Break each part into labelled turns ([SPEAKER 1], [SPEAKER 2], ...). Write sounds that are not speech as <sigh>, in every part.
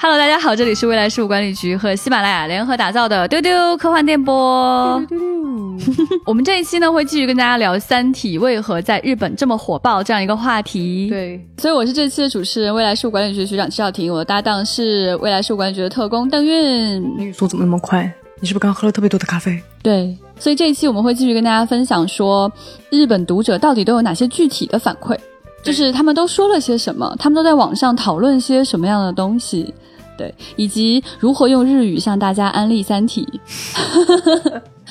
[SPEAKER 1] Hello，大家好，这里是未来事务管理局和喜马拉雅联合打造的丢丢科幻电 <laughs> 波。
[SPEAKER 2] 哦
[SPEAKER 1] 我们这一期呢，会继续跟大家聊《三体》为何在日本这么火爆这样一个话题。，
[SPEAKER 2] <laughs> 对，
[SPEAKER 1] 所以我是这期的主持人，未来事务管理局局长齐小婷，我的搭档是未来事务管理局的特工邓韵。
[SPEAKER 2] 那语速怎么那么快？你是不是刚喝了特别多的咖啡？
[SPEAKER 1] 对，所以这一期我们会继续跟大家分享说，日本读者到底都有哪些具体的反馈，就是他们都说了些什么，他们都在网上讨论些什么样的东西，对，以及如何用日语向大家安利《三体》。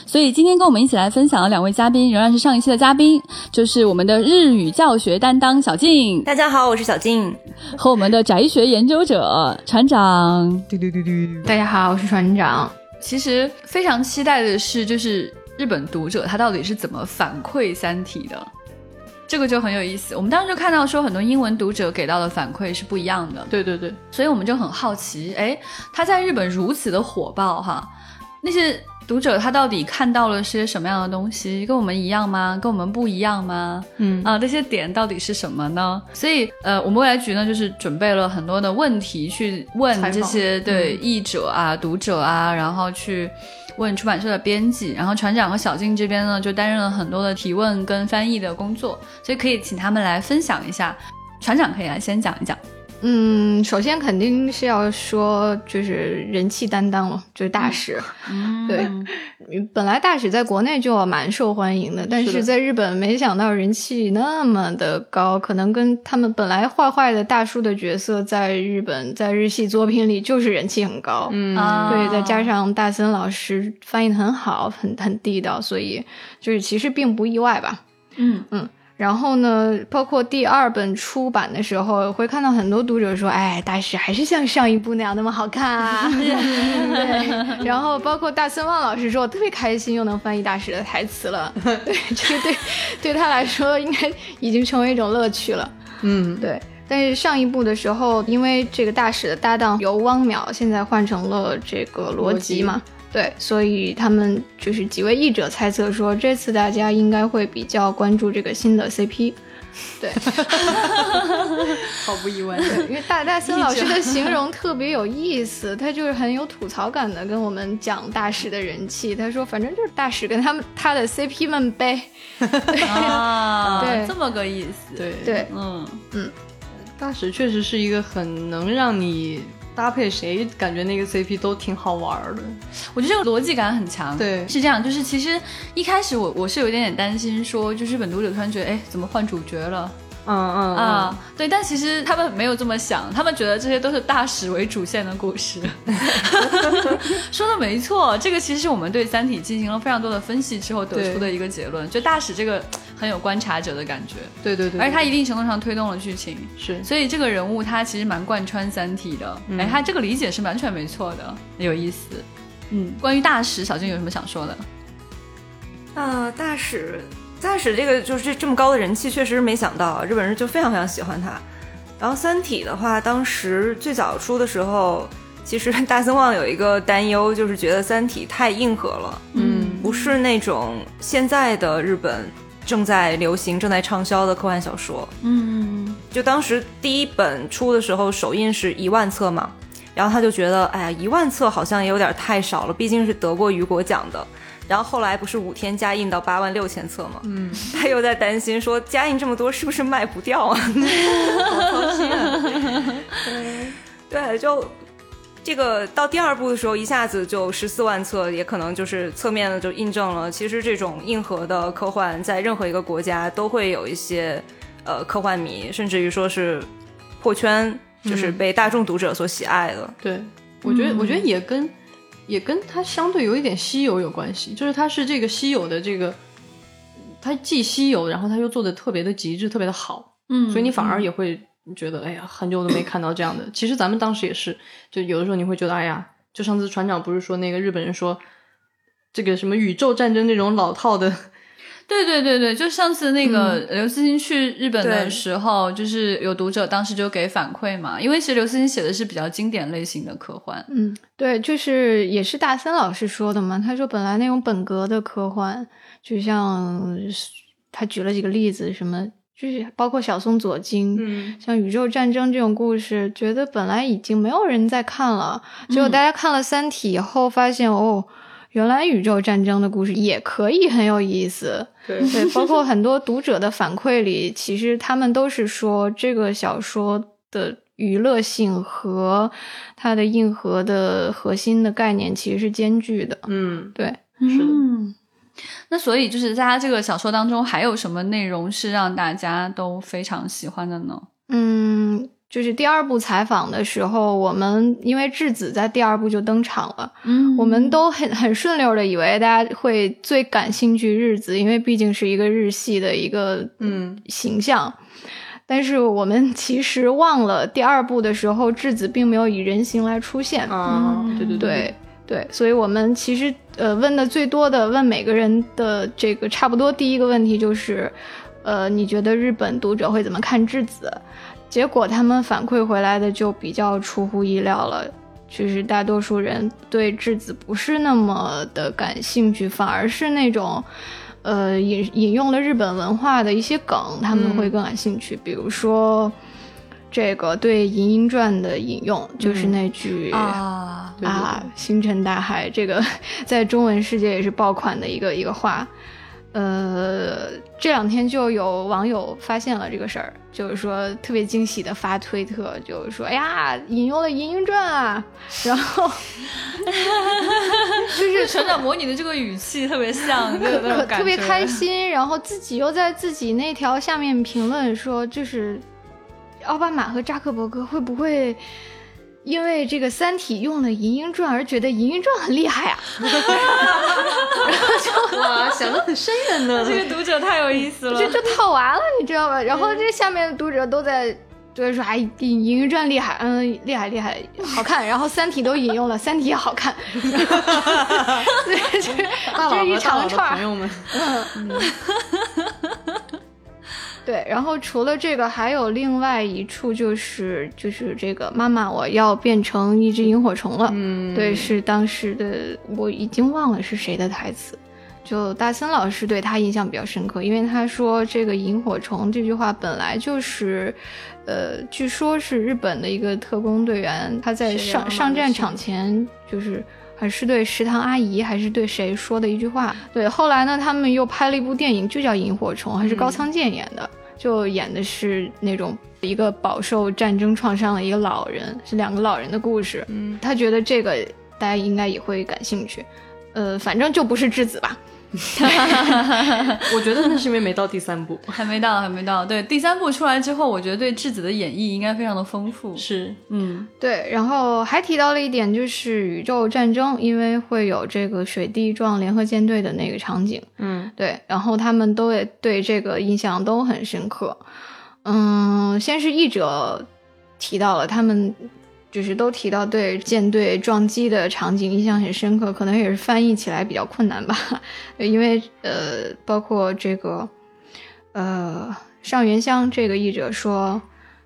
[SPEAKER 1] 所以今天跟我们一起来分享的两位嘉宾，仍然是上一期的嘉宾，就是我们的日语教学担当小静
[SPEAKER 3] 大家好，我是小静。
[SPEAKER 1] 和我们的宅学研究者船长。
[SPEAKER 2] 对对对对，
[SPEAKER 4] 大家好，我是船长。
[SPEAKER 5] 其实非常期待的是，就是日本读者他到底是怎么反馈《三体》的，这个就很有意思。我们当时就看到说，很多英文读者给到的反馈是不一样的，
[SPEAKER 4] 对对对，
[SPEAKER 5] 所以我们就很好奇，哎，他在日本如此的火爆哈，那些读者他到底看到了些什么样的东西？跟我们一样吗？跟我们不一样吗？
[SPEAKER 4] 嗯，
[SPEAKER 5] 啊，这些点到底是什么呢？所以，呃，我们未来局呢，就是准备了很多的问题去问
[SPEAKER 4] 采访嗯
[SPEAKER 5] 这些对译者啊、读者啊，然后去问出版社的编辑，然后船长和小静这边呢，就担任了很多的提问跟翻译的工作，所以可以请他们来分享一下。船长可以来先讲一讲，
[SPEAKER 4] 嗯，首先肯定是要说，就是人气担当了，就是大使。
[SPEAKER 5] 嗯
[SPEAKER 4] 对本来大使在国内就蛮受欢迎的，但
[SPEAKER 5] 是
[SPEAKER 4] 是
[SPEAKER 5] 的
[SPEAKER 4] 在日本没想到人气那么的高，可能跟他们本来坏坏的大叔的角色在日本在日系作品里就是人气很高。
[SPEAKER 2] 嗯
[SPEAKER 5] 啊，
[SPEAKER 4] 对，再加上大森老师翻译的很好，很很地道，所以就是其实并不意外吧。
[SPEAKER 5] 嗯
[SPEAKER 4] 然后呢，包括第二本出版的时候，会看到很多读者说：“哎，大师还是像上一部那样那么好看啊。” <laughs> 对。然后包括大森望老师说：“我特别开心又能翻译大师的台词了。” <laughs> 对，这个对对他来说应该已经成为一种乐趣了。
[SPEAKER 2] 嗯，
[SPEAKER 4] 对。但是上一部的时候，因为这个大使的搭档由汪淼现在换成了这个罗辑嘛，对，所以他们就是几位译者猜测说，这次大家应该会比较关注这个新的 CP。对，
[SPEAKER 2] 毫不意外。
[SPEAKER 4] 对因为
[SPEAKER 2] <laughs>
[SPEAKER 4] 大大森老师的形容特别有意思， <laughs> 他就是很有吐槽感的跟我们讲大使的人气。他说，反正就是大使跟他们他的 CP 们呗。
[SPEAKER 5] 啊，
[SPEAKER 4] <laughs> 对
[SPEAKER 5] 这么个意思，，
[SPEAKER 2] 对，
[SPEAKER 4] 对，
[SPEAKER 5] 嗯，
[SPEAKER 2] 大使确实是一个很能让你搭配谁，感觉那个 CP 都挺好玩儿的。
[SPEAKER 5] 我觉得这个逻辑感很强。
[SPEAKER 2] 对
[SPEAKER 5] 是这样，就是其实一开始我我是有一点点担心说就日本读者突然觉得，哎，怎么换主角了
[SPEAKER 2] 嗯嗯
[SPEAKER 5] 啊、对，但其实他们没有这么想，他们觉得这些都是大使为主线的故
[SPEAKER 2] <laughs>
[SPEAKER 5] 事。 <laughs> 说的没错，这个其实是我们对《三体》进行了非常多的分析之后得
[SPEAKER 2] 对
[SPEAKER 5] 出的一个结论，就大使这个很有观察者的感觉，
[SPEAKER 2] 对对对，
[SPEAKER 5] 而且他一定程度上推动了剧情。
[SPEAKER 2] 是嗯
[SPEAKER 5] 所以这个人物他其实蛮贯穿《三体》的，哎，他这个理解是完全没错的，有意思。嗯，关于大使，小静有什么想说的？
[SPEAKER 3] 啊、大使，大使这个就是这么高的人气，确实没想到，日本人就非常非常喜欢他。然后《三体》的话，当时最早出的时候，其实大森望有一个担忧，就是觉得《三体》太硬核了，
[SPEAKER 2] 嗯
[SPEAKER 3] 不是那种现在的日本正在流行、正在畅销的科幻小说。
[SPEAKER 5] 嗯，
[SPEAKER 3] 就当时第一本出的时候，首印是一万册嘛，然后他就觉得，哎呀，一万册好像也有点太少了，毕竟是得过雨果奖的。然后后来不是五天加印到八万六千册嘛，嗯，他又在担心说加印这么多是不是卖不掉
[SPEAKER 5] <laughs>
[SPEAKER 3] 啊？ <laughs> 对，就这个到第二部的时候，一下子就十四万册，也可能就是侧面的就印证了，其实这种硬核的科幻在任何一个国家都会有一些呃科幻迷，甚至于说是破圈，就是被大众读者所喜爱的。
[SPEAKER 2] 对，我觉
[SPEAKER 4] 嗯
[SPEAKER 2] 得，我觉得也跟也跟它相对有一点稀有有关系，就是它是这个稀有的这个，它既稀有，然后它又做的特别的极致，特别的好，
[SPEAKER 5] 嗯
[SPEAKER 2] 所以你反而也会觉得，哎呀，很久都没看到这样的。其实咱们当时也是，就有的时候你会觉得，哎呀，就上次船长不是说那个日本人说这个什么宇宙战争这种老套的，
[SPEAKER 5] 对对对对，就上次那个
[SPEAKER 2] 嗯
[SPEAKER 5] 刘慈欣去日本的
[SPEAKER 3] 对
[SPEAKER 5] 时候，就是有读者当时就给反馈嘛，因为其实刘慈欣写的是比较经典类型的科幻，
[SPEAKER 4] 嗯，对，就是也是大森老师说的嘛。他说，本来那种本格的科幻，就像他举了几个例子，什么就是包括小松左京，
[SPEAKER 2] 嗯，
[SPEAKER 4] 像宇宙战争这种故事，觉得本来已经没有人在看了，结果大家看了《三体》以后，发现、哦，原来宇宙战争的故事也可以很有意思。
[SPEAKER 2] 对， <laughs>
[SPEAKER 4] 对，包括很多读者的反馈里，其实他们都是说这个小说的娱乐性和它的硬核的核心的概念其实是兼具的。
[SPEAKER 2] 嗯，
[SPEAKER 4] 对，
[SPEAKER 2] 是的
[SPEAKER 5] 嗯，那所以就是在他这个小说当中，还有什么内容是让大家都非常喜欢的呢？
[SPEAKER 4] 嗯，就是第二部采访的时候，我们因为质子在第二部就登场了。
[SPEAKER 5] 嗯
[SPEAKER 4] 我们都很很顺溜的以为大家会最感兴趣日子，因为毕竟是一个日系的一个
[SPEAKER 2] 嗯
[SPEAKER 4] 形象。但是我们其实忘了第二部的时候，质子并没有以人形来出现。
[SPEAKER 2] 啊，对对
[SPEAKER 4] 嗯对对，所以我们其实呃问的最多的，问每个人的这个差不多第一个问题就是，呃，你觉得日本读者会怎么看质子？结果他们反馈回来的就比较出乎意料了。就是大多数人对质子不是那么的感兴趣，反而是那种，呃，引引用了日本文化的一些梗，他们会更感兴趣。比如说，这个对《银鹰传》的引用，就是那句、
[SPEAKER 5] 啊，
[SPEAKER 2] 对
[SPEAKER 4] 啊，星辰大海这个 <laughs> 在中文世界也是爆款的一个一个话。呃，这两天就有网友发现了这个事儿，就是说特别惊喜的发推特，就是说，哎呀，引用了《银鹰传》啊，然后 <laughs> 就是
[SPEAKER 5] 船长模拟的这个语气特别 <laughs> 像，就有那
[SPEAKER 4] 可
[SPEAKER 5] 种感觉
[SPEAKER 4] 特别开。心，然后自己又在自己那条下面评论说，就是奥巴马和扎克伯格会不会因为这个《三体》用了《银鹰传》而觉得《银鹰传》很厉害啊？
[SPEAKER 2] 对，哇，想的很深远呢，
[SPEAKER 5] 这个读者太有意思了
[SPEAKER 4] 这，就套娃了，你知道吧？然
[SPEAKER 5] 嗯
[SPEAKER 4] 后这下面的读者都在。都在说哎，引银鹰传厉害，嗯，厉害厉害，好看。然后《三体》都引用了，《三体》也
[SPEAKER 5] <laughs>
[SPEAKER 4] 好看。 <laughs> 对，这
[SPEAKER 2] 大佬
[SPEAKER 4] 这
[SPEAKER 2] 和
[SPEAKER 4] 是一
[SPEAKER 2] 大
[SPEAKER 4] 长
[SPEAKER 2] 佬的
[SPEAKER 4] 串儿
[SPEAKER 2] 朋。友们，
[SPEAKER 4] 对，然后除了这个，还有另外一处就是就是这个妈妈，我要变成一只萤火虫了。
[SPEAKER 2] 嗯，
[SPEAKER 4] 对，是当时的我已经忘了是谁的台词，就大森老师对他印象比较深刻，因为他说这个萤火虫这句话本来就是，呃，据说是日本的一个特工队员，他在
[SPEAKER 2] 谁啊
[SPEAKER 4] 上上战
[SPEAKER 2] 是
[SPEAKER 4] 场前就是。还是对食堂阿姨，还是对谁说的一句话？对，后来呢，他们又拍了一部电影，就叫《萤火虫》，还是高仓健演的，就演的是那种一个饱受战争创伤的一个老人，是两个老人的故事。
[SPEAKER 2] 嗯，
[SPEAKER 4] 他觉得这个大家应该也会感兴趣。呃，反正就不是质子吧。
[SPEAKER 2] 我觉得那是因为没到第三部，
[SPEAKER 5] 还没到，还没到。对，第三部出来之后，我觉得对质子的演绎应该非常的丰富。
[SPEAKER 2] 是，
[SPEAKER 5] 嗯，
[SPEAKER 4] 对，然后还提到了一点，就是宇宙战争，因为会有这个水滴状联合舰队的那个场景。
[SPEAKER 2] 嗯，
[SPEAKER 4] 对，然后他们都也对这个印象都很深刻。嗯，先是译者提到了，他们就是都提到对舰队撞击的场景印象很深刻，可能也是翻译起来比较困难吧， <laughs> 因为呃，包括这个呃上元香这个译者说。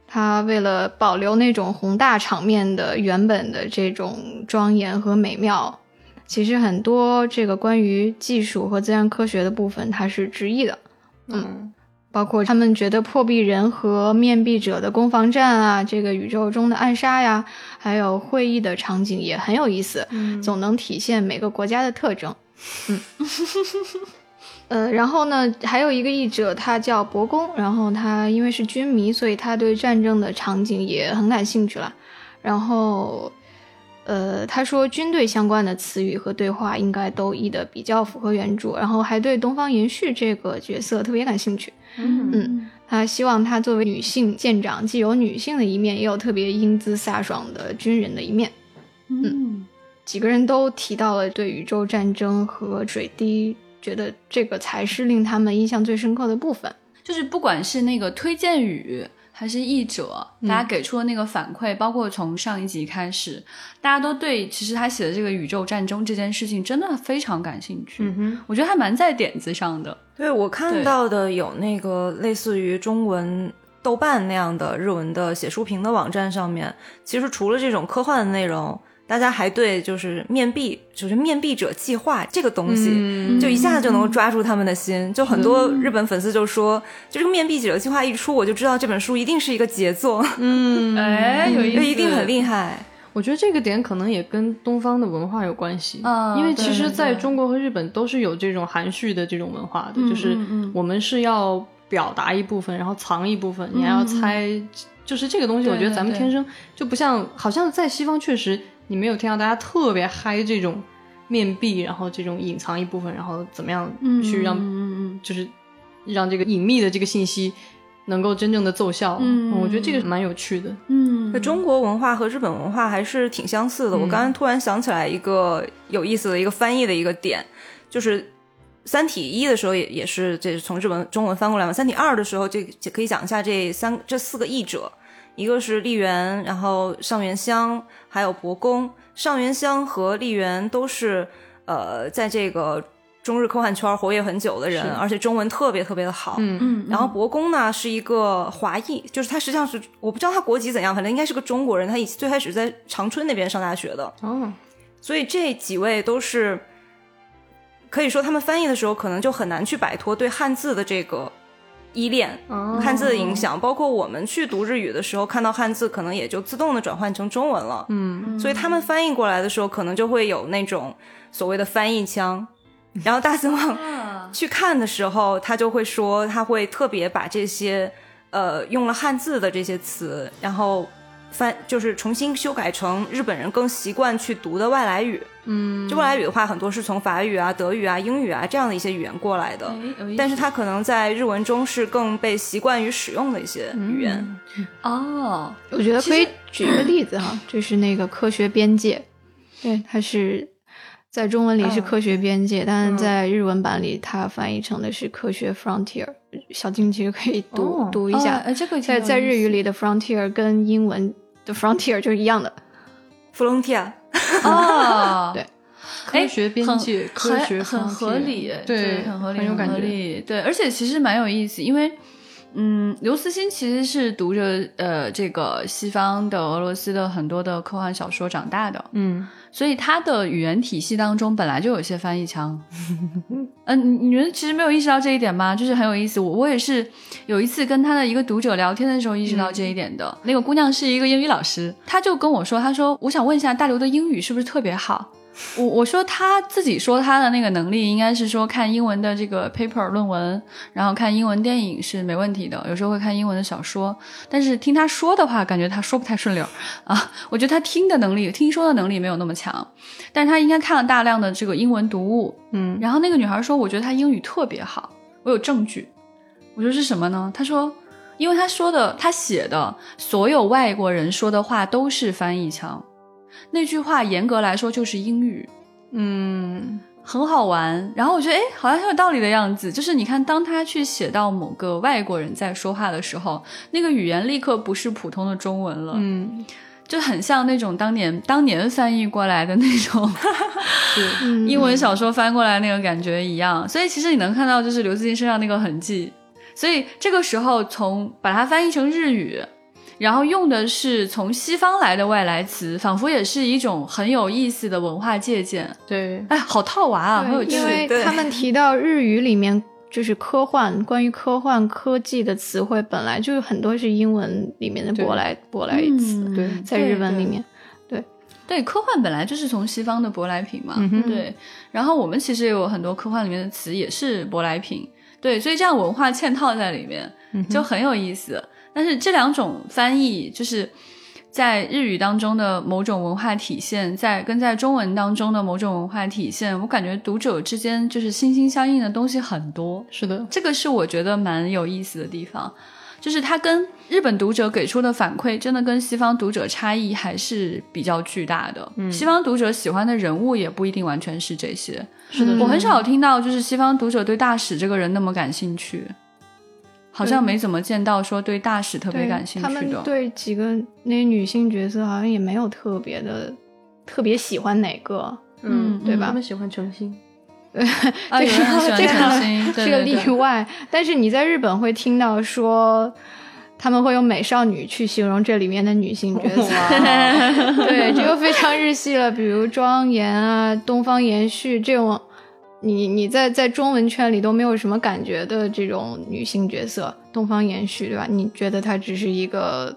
[SPEAKER 4] 他为了保留那种宏大场面的原本的这种庄严和美妙，其实很多这个关于技术和自然科学的部分，它是直译的，
[SPEAKER 2] 嗯，
[SPEAKER 4] 包括他们觉得破壁人和面壁者的攻防战啊，这个宇宙中的暗杀呀，还有会议的场景也很有意思，总能体现每个国家的特征。嗯， <laughs> 呃，然后呢，还有一个译者，他叫博公，然后他因为是军迷，所以他对战争的场景也很感兴趣了。然后，呃，他说军队相关的词语和对话应该都译的比较符合原著，然后还对东方延续这个角色特别感兴趣。嗯，他希望她作为女性舰长，既有女性的一面，也有特别英姿飒爽的军人的一面。
[SPEAKER 5] 嗯，
[SPEAKER 4] 几个人都提到了对宇宙战争和水滴，觉得这个才是令他们印象最深刻的部分。
[SPEAKER 5] 就是不管是那个推荐语还是译者，大家给出的那个反馈，包括从上一集开始，大家都对其实他写的这个宇宙战争这件事情真的非常感兴趣。
[SPEAKER 2] 嗯哼，
[SPEAKER 5] 我觉得还蛮在点子上的。
[SPEAKER 3] 对我
[SPEAKER 5] 对
[SPEAKER 3] 看到的有那个类似于中文豆瓣那样的日文的写书评的网站上面，其实除了这种科幻的内容，大家还对就是面壁，就是面壁者计划这个东西，
[SPEAKER 2] 嗯
[SPEAKER 3] 就一下就能抓住他们的心。就很多日本粉丝就说，就这个面壁者计划一出，我就知道这本书一定是一个杰作，
[SPEAKER 2] 嗯，
[SPEAKER 5] 哎，有意
[SPEAKER 3] 就
[SPEAKER 5] 思，
[SPEAKER 3] <laughs> 一定很厉害。
[SPEAKER 2] 我觉得这个点可能也跟东方的文化有关系，
[SPEAKER 5] 啊
[SPEAKER 2] 因为其
[SPEAKER 5] 对
[SPEAKER 2] 实
[SPEAKER 5] 对
[SPEAKER 2] 在中国和日本都是有这种含蓄的这种文化的，就是
[SPEAKER 5] 嗯嗯
[SPEAKER 2] 我们是要表达一部分，然后藏一部分，你还要猜，就是这个东西，
[SPEAKER 5] 对
[SPEAKER 2] 我觉得咱们
[SPEAKER 5] 对对
[SPEAKER 2] 天生就不像，好像在西方确实你没有听到大家特别嗨这种面壁，然后这种隐藏一部分，然后怎么样去让、
[SPEAKER 5] 嗯嗯
[SPEAKER 2] 就是让这个隐秘的这个信息能够真正的奏效，
[SPEAKER 5] 嗯
[SPEAKER 2] 我觉得这个蛮有趣的，
[SPEAKER 5] 嗯
[SPEAKER 3] 那中国文化和日本文化还是挺相似的。我刚刚突然想起来一个有意思的一个翻译的一个点，就是《三体一》的时候也也是这是从日本中文翻过来嘛，《三体二》的时候这这可以讲一下这三这四个译者，一个是丽媛，然后上元香，还有博公。上元香和丽媛都是呃在这个中日科幻圈活跃很久的人，
[SPEAKER 2] 是
[SPEAKER 3] 而且中文特别特别的好。
[SPEAKER 2] 嗯
[SPEAKER 5] 嗯，
[SPEAKER 3] 然后博公呢是一个华裔，就是他实际上是我不知道他国籍怎样，反正应该是个中国人。他以最开始在长春那边上大学的，
[SPEAKER 2] 哦，
[SPEAKER 3] 所以这几位都是可以说他们翻译的时候可能就很难去摆脱对汉字的这个依恋。
[SPEAKER 2] 哦
[SPEAKER 3] 汉字的影，响，包括我们去读日语的时候，看到汉字可能也就自动的转换成中文了。
[SPEAKER 2] 嗯。
[SPEAKER 3] 所以他们翻译过来的时候，可能就会有那种所谓的翻译腔。然后大森望去看的时候，他就会说，他会特别把这些呃用了汉字的这些词，然后翻就是重新修改成日本人更习惯去读的外来语。嗯，就外来语的话，很多是从法语啊、德语啊、英语啊这样的一些语言过来的，但是它可能在日文中是更被习惯于使用的一些语言。
[SPEAKER 5] 哦，
[SPEAKER 4] 我觉得可以举一个例子哈，就是那个科学边界，对，它是在中文里
[SPEAKER 5] 嗯
[SPEAKER 4] 是科学边界，但是在日文版里它翻译成的是科学 frontier。小静其实可以读、
[SPEAKER 2] 哦
[SPEAKER 4] 读一
[SPEAKER 5] 哦
[SPEAKER 4] 下，
[SPEAKER 5] 哎这个挺
[SPEAKER 4] 在
[SPEAKER 5] 有
[SPEAKER 4] 在
[SPEAKER 5] 意
[SPEAKER 4] 日语
[SPEAKER 5] 思
[SPEAKER 4] 里的 frontier 跟英文的 frontier 就是一样的。
[SPEAKER 3] Frontier，
[SPEAKER 2] <laughs>
[SPEAKER 5] 哦，
[SPEAKER 4] 对
[SPEAKER 5] 哎，
[SPEAKER 2] 科学边界
[SPEAKER 5] 很
[SPEAKER 2] 科学
[SPEAKER 5] 很很
[SPEAKER 2] 方
[SPEAKER 5] 合
[SPEAKER 2] 界
[SPEAKER 5] 理，
[SPEAKER 2] 对
[SPEAKER 5] 很合理，
[SPEAKER 2] 很有感
[SPEAKER 5] 合
[SPEAKER 2] 觉
[SPEAKER 5] 理，对，而且其实蛮有意思，因为。嗯，刘慈欣其实是读着呃这个西方的俄罗斯的很多的科幻小说长大的，
[SPEAKER 2] 嗯，
[SPEAKER 5] 所以他的语言体系当中本来就有一些翻译腔。嗯，你你们其实没有意识到这一点吗？就是很有意思。我我也是有一次跟他的一个读者聊天的时候意识到这一点的。那个姑娘是一个英语老师，她就跟我说，她说我想问一下大刘的英语是不是特别好？我我说她自己说她的那个能力应该是说看英文的这个 paper 论文，然后看英文电影是没问题的，有时候会看英文的小说。但是听她说的话，感觉她说不太顺溜儿啊。我觉得她听的能力、听说的能力没有那么强，但是她应该看了大量的这个英文读物，
[SPEAKER 2] 嗯，
[SPEAKER 5] 然后那个女孩说：“我觉得她英语特别好，我有证据。”我说是什么呢？她说：“因为她说的，她写的所有外国人说的话都是翻译腔，那句话严格来说就是英语，
[SPEAKER 2] 嗯，
[SPEAKER 5] 很好玩。”然后我觉得，哎，好像很有道理的样子。就是你看，当她去写到某个外国人在说话的时候，那个语言立刻不是普通的中文了，
[SPEAKER 2] 嗯，
[SPEAKER 5] 就很像那种当年当年翻译过来的那种
[SPEAKER 4] 嗯
[SPEAKER 5] 英文小说翻过来那个感觉一样，所以其实你能看到就是刘慈欣身上那个痕迹。所以这个时候从把它翻译成日语，然后用的是从西方来的外来词，仿佛也是一种很有意思的文化借鉴。
[SPEAKER 2] 对，
[SPEAKER 5] 哎，好套娃啊，很有
[SPEAKER 4] 对，
[SPEAKER 5] 趣
[SPEAKER 4] 因。为
[SPEAKER 3] 对
[SPEAKER 4] 他们提到日语里面就是科幻，关于科幻科技的词汇本来就有很多是英文里面的舶来舶来词，
[SPEAKER 5] 嗯
[SPEAKER 2] 对
[SPEAKER 4] 在日文里面，
[SPEAKER 5] 对，科幻本来就是从西方的舶来品嘛，
[SPEAKER 2] 嗯哼
[SPEAKER 5] 对。然后我们其实也有很多科幻里面的词也是舶来品，对，所以这样文化嵌套在里面
[SPEAKER 2] 嗯
[SPEAKER 5] 就很有意思。但是这两种翻译就是在日语当中的某种文化体现，在跟在中文当中的某种文化体现，我感觉读者之间就是心心相印的东西很多。
[SPEAKER 2] 是的，
[SPEAKER 5] 这个是我觉得蛮有意思的地方，就是它跟日本读者给出的反馈，真的跟西方读者差异还是比较巨大的。嗯西方读者喜欢的人物也不一定完全是这些。
[SPEAKER 2] 是
[SPEAKER 4] 嗯
[SPEAKER 2] 的，
[SPEAKER 5] 我很少听到就是西方读者对大使这个人那么感兴趣，好像没怎么见到说对大使特别
[SPEAKER 4] 对
[SPEAKER 5] 感兴
[SPEAKER 4] 他
[SPEAKER 5] 趣
[SPEAKER 4] 们
[SPEAKER 5] 的。
[SPEAKER 4] 对几个那些女性角色好像也没有特别的特别喜欢哪个，
[SPEAKER 5] 嗯
[SPEAKER 4] 对吧
[SPEAKER 2] 他们喜欢
[SPEAKER 4] <laughs>
[SPEAKER 2] 诚心，
[SPEAKER 5] 啊，有
[SPEAKER 4] 这个 <laughs>
[SPEAKER 5] 人喜欢
[SPEAKER 4] 这个
[SPEAKER 5] 陈星，对
[SPEAKER 4] <laughs> 是个
[SPEAKER 5] 对对
[SPEAKER 4] 例外。但是你在日本会听到说，他们会用美少女去形容这里面的女性角色，
[SPEAKER 2] 哇，
[SPEAKER 4] 对，这就非常日系了，比如庄严啊、东方延续这种，你你在在中文圈里都没有什么感觉的这种女性角色，东方延续对吧？你觉得她只是一个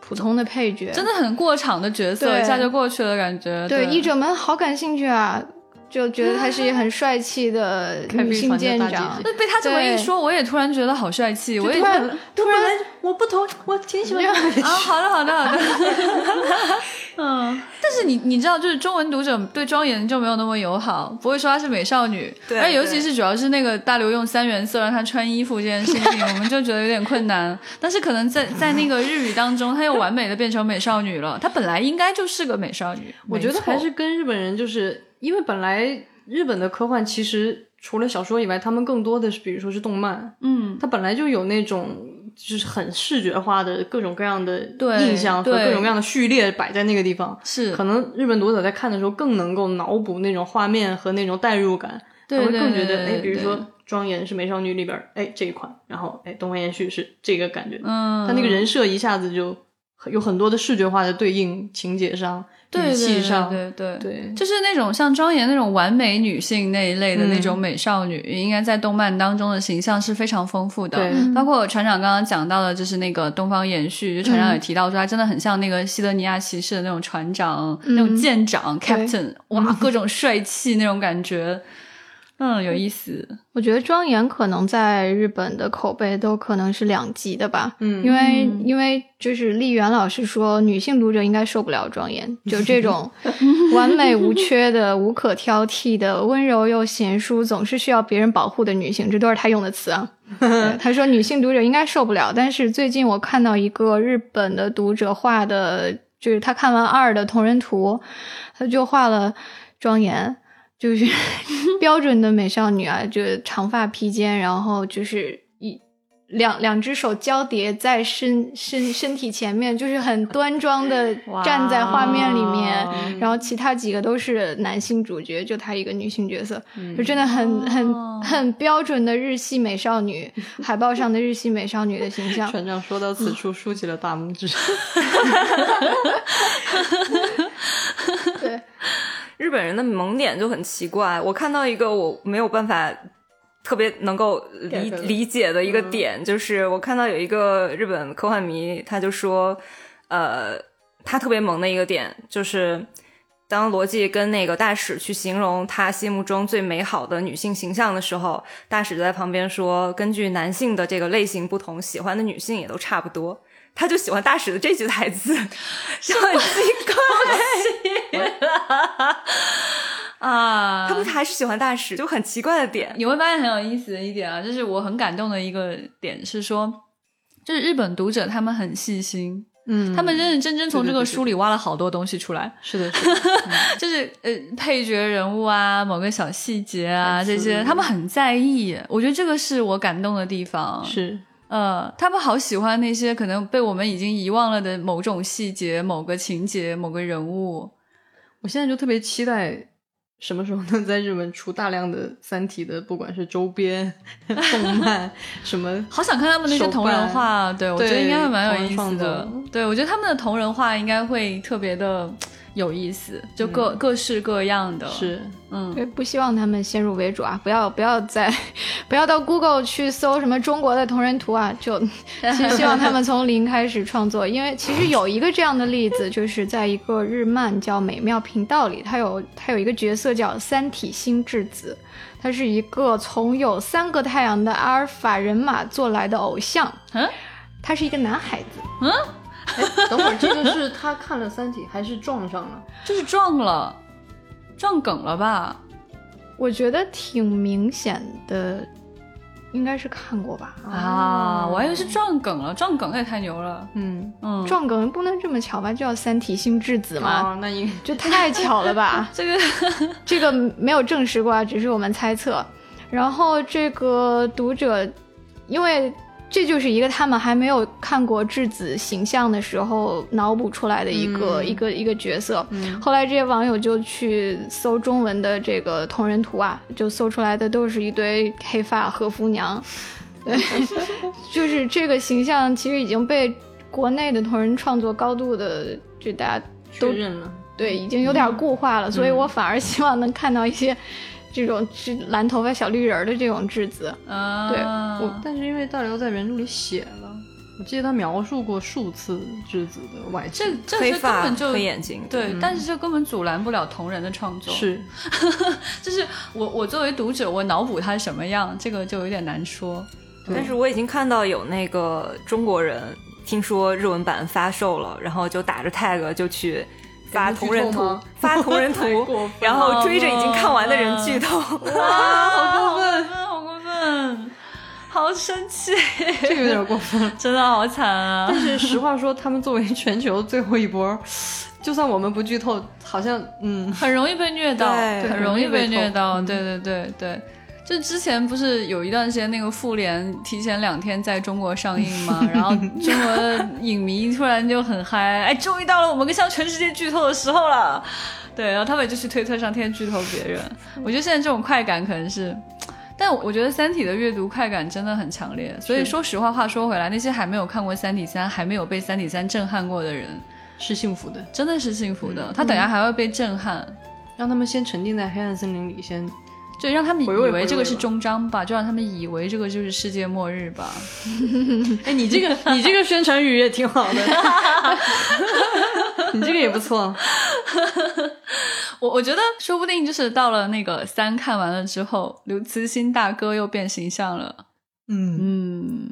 [SPEAKER 4] 普通的配角？
[SPEAKER 5] 真的很过场的角色，
[SPEAKER 4] 对
[SPEAKER 5] 一下就过去了，感觉。
[SPEAKER 4] 对，译者们好感兴趣啊，就觉得她是一很帅气的
[SPEAKER 2] 开
[SPEAKER 4] 女
[SPEAKER 2] 飞
[SPEAKER 4] 性
[SPEAKER 2] 船的
[SPEAKER 4] 舰
[SPEAKER 2] 大姐
[SPEAKER 4] 长
[SPEAKER 2] 姐。
[SPEAKER 5] 那被他这么一
[SPEAKER 4] 对
[SPEAKER 5] 说，我也突然觉得好帅气，我也
[SPEAKER 4] 突
[SPEAKER 5] 觉
[SPEAKER 4] 然
[SPEAKER 5] 得
[SPEAKER 4] 突然
[SPEAKER 2] 我不投，我挺喜欢他
[SPEAKER 5] 啊，好的，好的，好的。
[SPEAKER 2] <laughs>
[SPEAKER 5] 嗯，但是你你知道，就是中文读者对庄严就没有那么友好，不会说她是美少女，
[SPEAKER 3] 对
[SPEAKER 5] 而尤其
[SPEAKER 3] 对
[SPEAKER 5] 是主要是那个大刘用三原色让她穿衣服这件事情，我们就觉得有点困难。但是可能在在那个日语当中，她又完美的变成美少女了，她本来应该就是个美少女。
[SPEAKER 2] 我觉得
[SPEAKER 5] 没错
[SPEAKER 2] 还是跟日本人，就是因为本来日本的科幻其实除了小说以外，他们更多的是比如说是动漫，
[SPEAKER 5] 嗯，
[SPEAKER 2] 它本来就有那种就是很视觉化的各种各样的
[SPEAKER 5] 对
[SPEAKER 2] 印象
[SPEAKER 5] 对
[SPEAKER 2] 和各种各样的序列摆在那个地方。
[SPEAKER 5] 是
[SPEAKER 2] 可能日本读者在看的时候更能够脑补那种画面和那种代入感，
[SPEAKER 5] 对
[SPEAKER 2] 他会更
[SPEAKER 5] 对
[SPEAKER 2] 觉得
[SPEAKER 5] 对
[SPEAKER 2] 哎，比如
[SPEAKER 5] 对
[SPEAKER 2] 说庄严是美少女里边儿哎这一款，然后哎东方延续是这个感觉，
[SPEAKER 5] 嗯，
[SPEAKER 2] 他那个人设一下子就很有很多的视觉化的对应，情节上、
[SPEAKER 5] 对
[SPEAKER 2] 语
[SPEAKER 5] 对
[SPEAKER 2] 气
[SPEAKER 5] 对
[SPEAKER 2] 上，
[SPEAKER 5] 对对
[SPEAKER 2] 对
[SPEAKER 5] 就是那种像庄严那种完美女性那一类的
[SPEAKER 2] 嗯
[SPEAKER 5] 那种美少女，应该在动漫当中的形象是非常丰富的。
[SPEAKER 2] 对
[SPEAKER 5] 包括船长刚刚讲到的，就是那个东方延续，就船长也提到说，他真的很像那个西德尼亚骑士的那种船长、
[SPEAKER 4] 嗯
[SPEAKER 5] 那种舰长
[SPEAKER 4] 对
[SPEAKER 5] captain，哇，
[SPEAKER 2] 嗯
[SPEAKER 5] 各种帅气那种感觉，嗯，有意思。
[SPEAKER 4] 我觉得庄严可能在日本的口碑都可能是两极的吧，
[SPEAKER 2] 嗯，
[SPEAKER 4] 因为、因为就是丽媛老师说，女性读者应该受不了庄严，就这种完美无缺的、无可挑剔的、温柔又贤淑，总是需要别人保护的女性，这都是她用的词啊。对她说女性读者应该受不了，但是最近我看到一个日本的读者画的，就是他看完二的同人图，他就画了庄严。就是标准的美少女啊，就是长发披肩，然后就是一两两只手交叠在身身身体前面，就是很端庄的站在画面里面。然后其他几个都是男性主角，就她一个女性角色，就真的很
[SPEAKER 5] 哦
[SPEAKER 4] 很很标准的日系美少女，海报上的日系美少女的形象。
[SPEAKER 2] 船长说到
[SPEAKER 5] 嗯
[SPEAKER 2] 此处，竖起了大拇
[SPEAKER 5] <laughs>
[SPEAKER 2] 指。
[SPEAKER 4] 对，
[SPEAKER 3] 日本人的萌点就很奇怪，我看到一个我没有办法特别能够理
[SPEAKER 2] get 的嗯
[SPEAKER 3] 理解的一个点，就是我看到有一个日本科幻迷，他就说，呃，他特别萌的一个点就是。当罗辑跟那个大使去形容他心目中最美好的女性形象的时候，大使在旁边说：“根据男性的这个类型不同，喜欢的女性也都差不多。”他就喜欢大使的这句台词， <laughs> 就很奇怪。
[SPEAKER 5] 啊，
[SPEAKER 3] 他们还是喜欢大使，就很奇怪的点。
[SPEAKER 5] 你会发现很有意思的一点啊，就是我很感动的一个点是说，就是日本读者他们很细心，
[SPEAKER 4] 嗯
[SPEAKER 5] 他们认认真真从这
[SPEAKER 2] 对
[SPEAKER 5] 个
[SPEAKER 2] 对对
[SPEAKER 5] 书里挖了好多东西出来，
[SPEAKER 2] 是的，是的，
[SPEAKER 5] 就是呃配角人物啊，某个小细节啊
[SPEAKER 2] 台词
[SPEAKER 5] 这些，他们很在意，我觉得这个是我感动的地方。
[SPEAKER 2] 是
[SPEAKER 5] 呃，他们好喜欢那些可能被我们已经遗忘了的某种细节、某个情节、某个人物。
[SPEAKER 2] 我现在就特别期待。什么时候能在日本出大量的《三体》的，不管是周边、动
[SPEAKER 5] <laughs>
[SPEAKER 2] 漫什么，
[SPEAKER 5] 好想看他们那些
[SPEAKER 2] 手办
[SPEAKER 5] 同人画，啊对我觉得
[SPEAKER 2] 对
[SPEAKER 5] 应该会蛮有意思
[SPEAKER 2] 同人
[SPEAKER 5] 的
[SPEAKER 2] 创。
[SPEAKER 5] 对我觉得他们的同人画应该会特别的有意思，就各、各式各样的。，
[SPEAKER 2] 嗯是
[SPEAKER 5] 嗯，
[SPEAKER 4] 对，哎不希望他们先入为主啊！不要不要再， <laughs> 不要到 Google 去搜什么中国的同人图啊！就其实希望他们从零开始创作，因为其实有一个这样的例子，就是在一个日漫叫《美妙频道》里，它有它有一个角色叫三体星智子，她是一个从有三个太阳的阿尔法人马做来的偶像，
[SPEAKER 5] 嗯，
[SPEAKER 4] 他是一个男孩子，
[SPEAKER 2] 哎等会儿这个是他看了《三体》还是撞上了？
[SPEAKER 5] 就是撞了，撞梗了吧？
[SPEAKER 4] 我觉得挺明显的，应该是看过吧。
[SPEAKER 5] 啊，我还以为是撞梗了，撞梗也太牛了。
[SPEAKER 2] 嗯，
[SPEAKER 5] 嗯，？
[SPEAKER 4] 撞梗不能这么巧吧？就要三体星质子嘛，
[SPEAKER 2] 啊，那应
[SPEAKER 4] 这太巧了吧
[SPEAKER 5] 这 <laughs> 个
[SPEAKER 4] 这个没有证实过啊，只是我们猜测。然后这个读者，因为这就是一个他们还没有看过质子形象的时候脑补出来的一个、
[SPEAKER 2] 嗯
[SPEAKER 4] 一个一个角色。后来这些网友就去搜中文的这个同人图啊，就搜出来的都是一堆黑发和服娘。 <laughs> 就是这个形象其实已经被国内的同人创作高度的，就大家
[SPEAKER 2] 确认了。
[SPEAKER 4] 对已经有点固化了，所以我反而希望能看到一些这种是蓝头发小绿人儿的这种质子。
[SPEAKER 5] 啊，
[SPEAKER 4] 对我
[SPEAKER 2] 但是因为大辽在原著里写了，我记得他描述过数次质子的外
[SPEAKER 5] 这
[SPEAKER 2] 形，
[SPEAKER 5] 这
[SPEAKER 3] 黑
[SPEAKER 5] 是根
[SPEAKER 3] 发
[SPEAKER 5] 本就
[SPEAKER 3] 黑眼睛，
[SPEAKER 5] 对，但是这根本阻拦不了同人的创作。，
[SPEAKER 2] 是
[SPEAKER 5] <laughs> 就是我我作为读者，我脑补他什么样，这个就有点难说。
[SPEAKER 3] 但是我已经看到有那个中国人听说日文版发售了，然后就打着 tag 就去发同人
[SPEAKER 2] 你们剧
[SPEAKER 3] 图
[SPEAKER 2] 透吗，
[SPEAKER 3] 发同 <laughs> 人
[SPEAKER 2] 太
[SPEAKER 3] 图
[SPEAKER 2] 过分了，
[SPEAKER 3] 然后追着已经看完的人剧透。
[SPEAKER 5] 啊，好过分， <laughs> 好过分，好生气，
[SPEAKER 2] 这个有点过分了。
[SPEAKER 5] 真的好惨啊！
[SPEAKER 2] 但是实话 <laughs> 说，他们作为全球最后一波，就算我们不剧透，好像嗯，
[SPEAKER 5] 很容易被虐到，
[SPEAKER 3] 对
[SPEAKER 5] 很容易被嗯虐到，对对对对。就之前不是有一段时间那个《复联》提前两天在中国上映 <laughs> 嘛，然后中国的影迷突然就很嗨，哎，终于到了我们跟向全世界剧透的时候了。对，然后他们就去推特上天天剧透别人。我觉得现在这种快感可能是，但我觉得《三体》的阅读快感真的很强烈。所以
[SPEAKER 2] 是
[SPEAKER 5] 说实话，话说回来，那些还没有看过《三体三》、还没有被《三体三》震撼过的人，
[SPEAKER 2] 是幸福的。
[SPEAKER 5] 真的是幸福的。他等下还会被震撼。
[SPEAKER 2] 让他们先沉浸在黑暗森林里，先
[SPEAKER 5] 对，让他们以
[SPEAKER 2] 回味
[SPEAKER 5] 为这
[SPEAKER 2] 回味
[SPEAKER 5] 个是
[SPEAKER 2] 吧
[SPEAKER 5] 终章吧，就让他们以为这个就是世界末日吧。 <laughs>
[SPEAKER 2] 哎，你这个 <laughs> 你这个宣传语也挺好的， <laughs> 你这个也不错。
[SPEAKER 5] 我我觉得说不定就是到了那个三看完了之后，刘慈欣大哥又变形象了，
[SPEAKER 2] 嗯，
[SPEAKER 5] 嗯，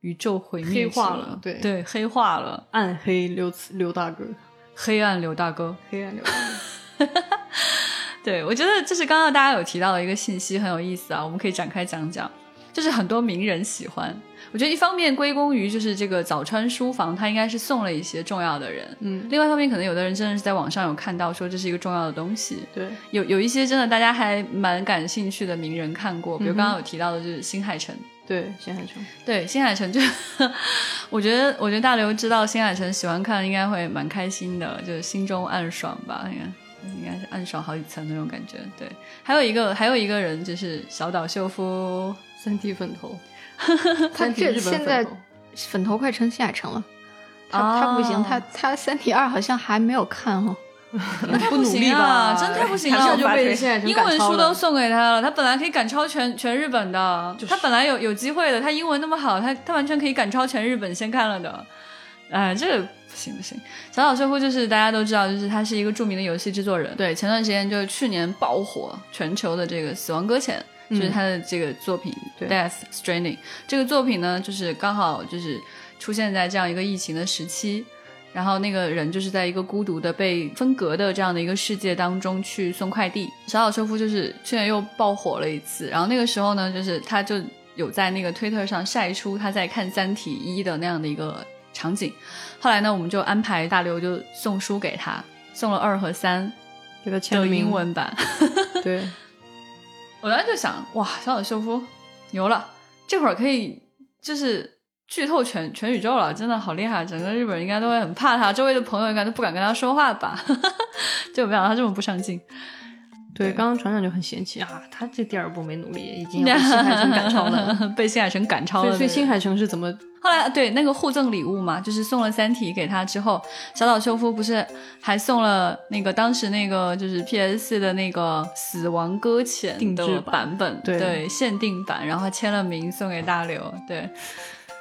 [SPEAKER 5] 宇宙毁灭
[SPEAKER 2] 黑化
[SPEAKER 5] 者
[SPEAKER 2] 了对
[SPEAKER 5] 对，黑化了，
[SPEAKER 2] 暗黑刘慈刘大哥，
[SPEAKER 5] 黑暗刘大哥。
[SPEAKER 2] 黑暗刘大哥，
[SPEAKER 5] 对，我觉得就是刚刚大家有提到的一个信息很有意思啊，我们可以展开讲讲。就是很多名人喜欢，我觉得一方面归功于就是这个早川书房，它应该是送了一些重要的人。
[SPEAKER 2] 嗯，
[SPEAKER 5] 另外一方面，可能有的人真的是在网上有看到说这是一个重要的东西，
[SPEAKER 2] <laughs> 对，
[SPEAKER 5] 有有一些真的大家还蛮感兴趣的名人看过，比如刚刚有提到的就是新海诚。
[SPEAKER 2] 对，新海诚，
[SPEAKER 5] 对，新海诚就， <laughs> 我觉得，我觉得大刘知道新海诚喜欢看，应该会蛮开心的，就是心中暗爽吧，应该应该是暗爽好几层那种感觉。对，还有一个还有一个人就是小岛秀夫，
[SPEAKER 2] 三 D 粉 <laughs> 头，
[SPEAKER 4] 他
[SPEAKER 2] 三 D
[SPEAKER 4] 这
[SPEAKER 2] 日本
[SPEAKER 4] 现在
[SPEAKER 2] 粉头，
[SPEAKER 4] 粉头快成新海诚了，他、
[SPEAKER 5] 啊
[SPEAKER 4] 他不行，他他《三体二》好像还没有看哦。
[SPEAKER 5] 那太不
[SPEAKER 2] 努力
[SPEAKER 5] 行啊，
[SPEAKER 2] 吧
[SPEAKER 5] 真太不行
[SPEAKER 2] 一
[SPEAKER 5] 了，
[SPEAKER 2] 下
[SPEAKER 5] 我
[SPEAKER 2] 就
[SPEAKER 5] 觉得
[SPEAKER 2] 被新海诚
[SPEAKER 5] 英
[SPEAKER 2] 赶
[SPEAKER 5] 文
[SPEAKER 2] 超
[SPEAKER 5] 书
[SPEAKER 2] 了
[SPEAKER 5] 都送给他了，他本来可以赶超全全日本的，他本来有有机会的，他英文那么好，他他完全可以赶超全日本先看了的，哎，这个不行不行。小岛秀夫就是大家都知道，就是他是一个著名的游戏制作人，对，前段时间就是去年爆火全球的这个《死亡搁浅》。就是他的这个作品《
[SPEAKER 2] 对
[SPEAKER 5] Death Stranding》这个作品呢，就是刚好就是出现在这样一个疫情的时期，然后那个人就是在一个孤独的被分隔的这样的一个世界当中去送快递。小岛秀夫就是去年又爆火了一次，然后那个时候呢，就是他就有在那个推特上晒出他在看《三体一》的那样的一个场景。后来呢，我们就安排大刘就送书给他，送了二和三
[SPEAKER 2] 给他签
[SPEAKER 5] 的
[SPEAKER 2] 名
[SPEAKER 5] 英，文版。
[SPEAKER 2] 对，
[SPEAKER 5] 我当时就想，哇，小岛秀夫牛了，这会儿可以就是剧透全全宇宙了，真的好厉害！整个日本人应该都会很怕他，周围的朋友应该都不敢跟他说话吧？ <laughs> 就没想到他这么不上进。
[SPEAKER 2] 对，刚刚船长就很嫌弃啊，他这第二部没努力，已经要哎被新海诚赶超 <laughs> 了。，
[SPEAKER 5] <laughs> 被新海诚赶超
[SPEAKER 2] 所
[SPEAKER 5] 了。
[SPEAKER 2] 以，所以新海诚是怎 <laughs> 么？
[SPEAKER 5] 后来呃对那个互赠礼物嘛，就是送了《三体》给他之后，小岛秀夫不是还送了那个当时那个就是 PS 的那个《死亡搁浅》
[SPEAKER 2] 定制
[SPEAKER 5] 的
[SPEAKER 2] 版
[SPEAKER 5] 版本，
[SPEAKER 2] 对
[SPEAKER 5] 限定版，然后还签了名送给大刘，对。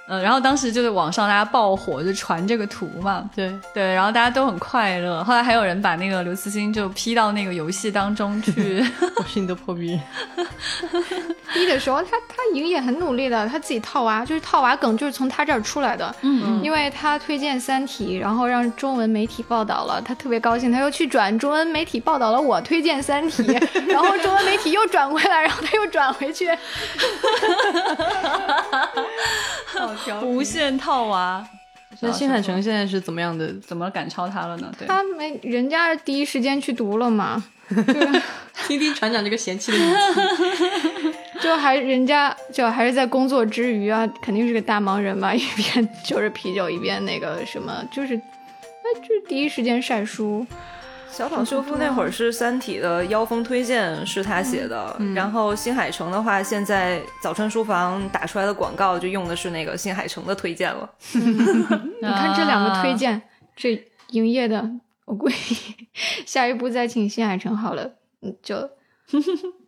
[SPEAKER 5] 呃，然后当时就是网上大家爆火，就传这个图嘛，
[SPEAKER 2] 对，
[SPEAKER 5] 对，然后大家都很快乐。后来还有人把那个刘慈欣就 P 到那个游戏当中
[SPEAKER 4] <laughs>
[SPEAKER 5] 去，
[SPEAKER 2] 我是你的破逼人。
[SPEAKER 4] 一的时候，他他莹也很努力的，他自己套娃，就是套娃梗就是从他这儿出来的。
[SPEAKER 5] 嗯，
[SPEAKER 4] 因为他推荐《三体》，然后让中文媒体报道了，他特别高兴，他又去转中文媒体报道了我推荐《三 <laughs> 体》，然后中文媒体又转回来，然后他又转回去，
[SPEAKER 5] 无限套娃。
[SPEAKER 2] 那新海
[SPEAKER 5] 小岛秀夫
[SPEAKER 2] 诚现在是怎么样的？
[SPEAKER 5] 怎么赶超他了呢？对，
[SPEAKER 4] 他没人家第一时间去读了嘛，
[SPEAKER 2] <laughs> 听听船长这个嫌弃的 <laughs> 语气。
[SPEAKER 4] 就还人家就还是在工作之余啊，肯定是个大忙人嘛， <laughs> 一边哎揪着啤酒一边那个什么，就是。那就第一时间晒书，
[SPEAKER 3] <laughs> 小岛秀夫那会儿是《三体》的妖风推荐是他写的，然后新海诚的话，现在早川书房打出来的广告就用的是那个新海诚的推荐了。
[SPEAKER 4] 你看这两
[SPEAKER 5] 啊
[SPEAKER 4] 个推荐，这营业的，我估计 <laughs> 下一步再请新海诚好了，嗯，
[SPEAKER 5] <laughs>
[SPEAKER 4] 就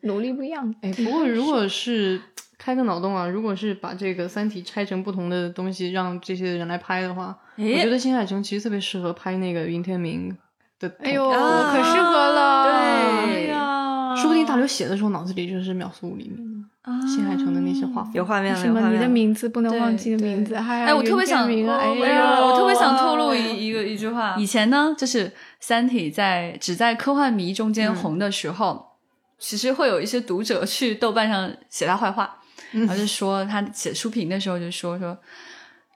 [SPEAKER 4] 努力不一样。
[SPEAKER 2] 哎，不过如果是开个脑洞啊，如果是把这个《三体》拆成不同的东西，让这些人来拍的话，我觉得新海诚其实特别适合拍那个云天明的。
[SPEAKER 4] 哎呦，
[SPEAKER 5] 哦
[SPEAKER 2] 啊
[SPEAKER 4] 我可适合了，
[SPEAKER 5] 哎
[SPEAKER 3] 对
[SPEAKER 5] 呀啊
[SPEAKER 2] 说不定大刘写的时候脑子里就是秒速五厘米，新海诚的那些画风。
[SPEAKER 3] 有画面了，
[SPEAKER 4] 什
[SPEAKER 3] 有画
[SPEAKER 4] 么你
[SPEAKER 3] 面
[SPEAKER 4] 的
[SPEAKER 3] 了。
[SPEAKER 4] 名字不能忘记的
[SPEAKER 5] 对
[SPEAKER 4] 名字，还有
[SPEAKER 5] 哎，我特别想，
[SPEAKER 4] 名
[SPEAKER 5] 我
[SPEAKER 4] 啊，
[SPEAKER 5] 我
[SPEAKER 4] 哎呦
[SPEAKER 5] 我特别想透露一一个一句话。以前呢，就是《三体在》只在科幻迷中间红的时候，其实会有一些读者去豆瓣上写他坏话，然后就说他写书评的时候就说说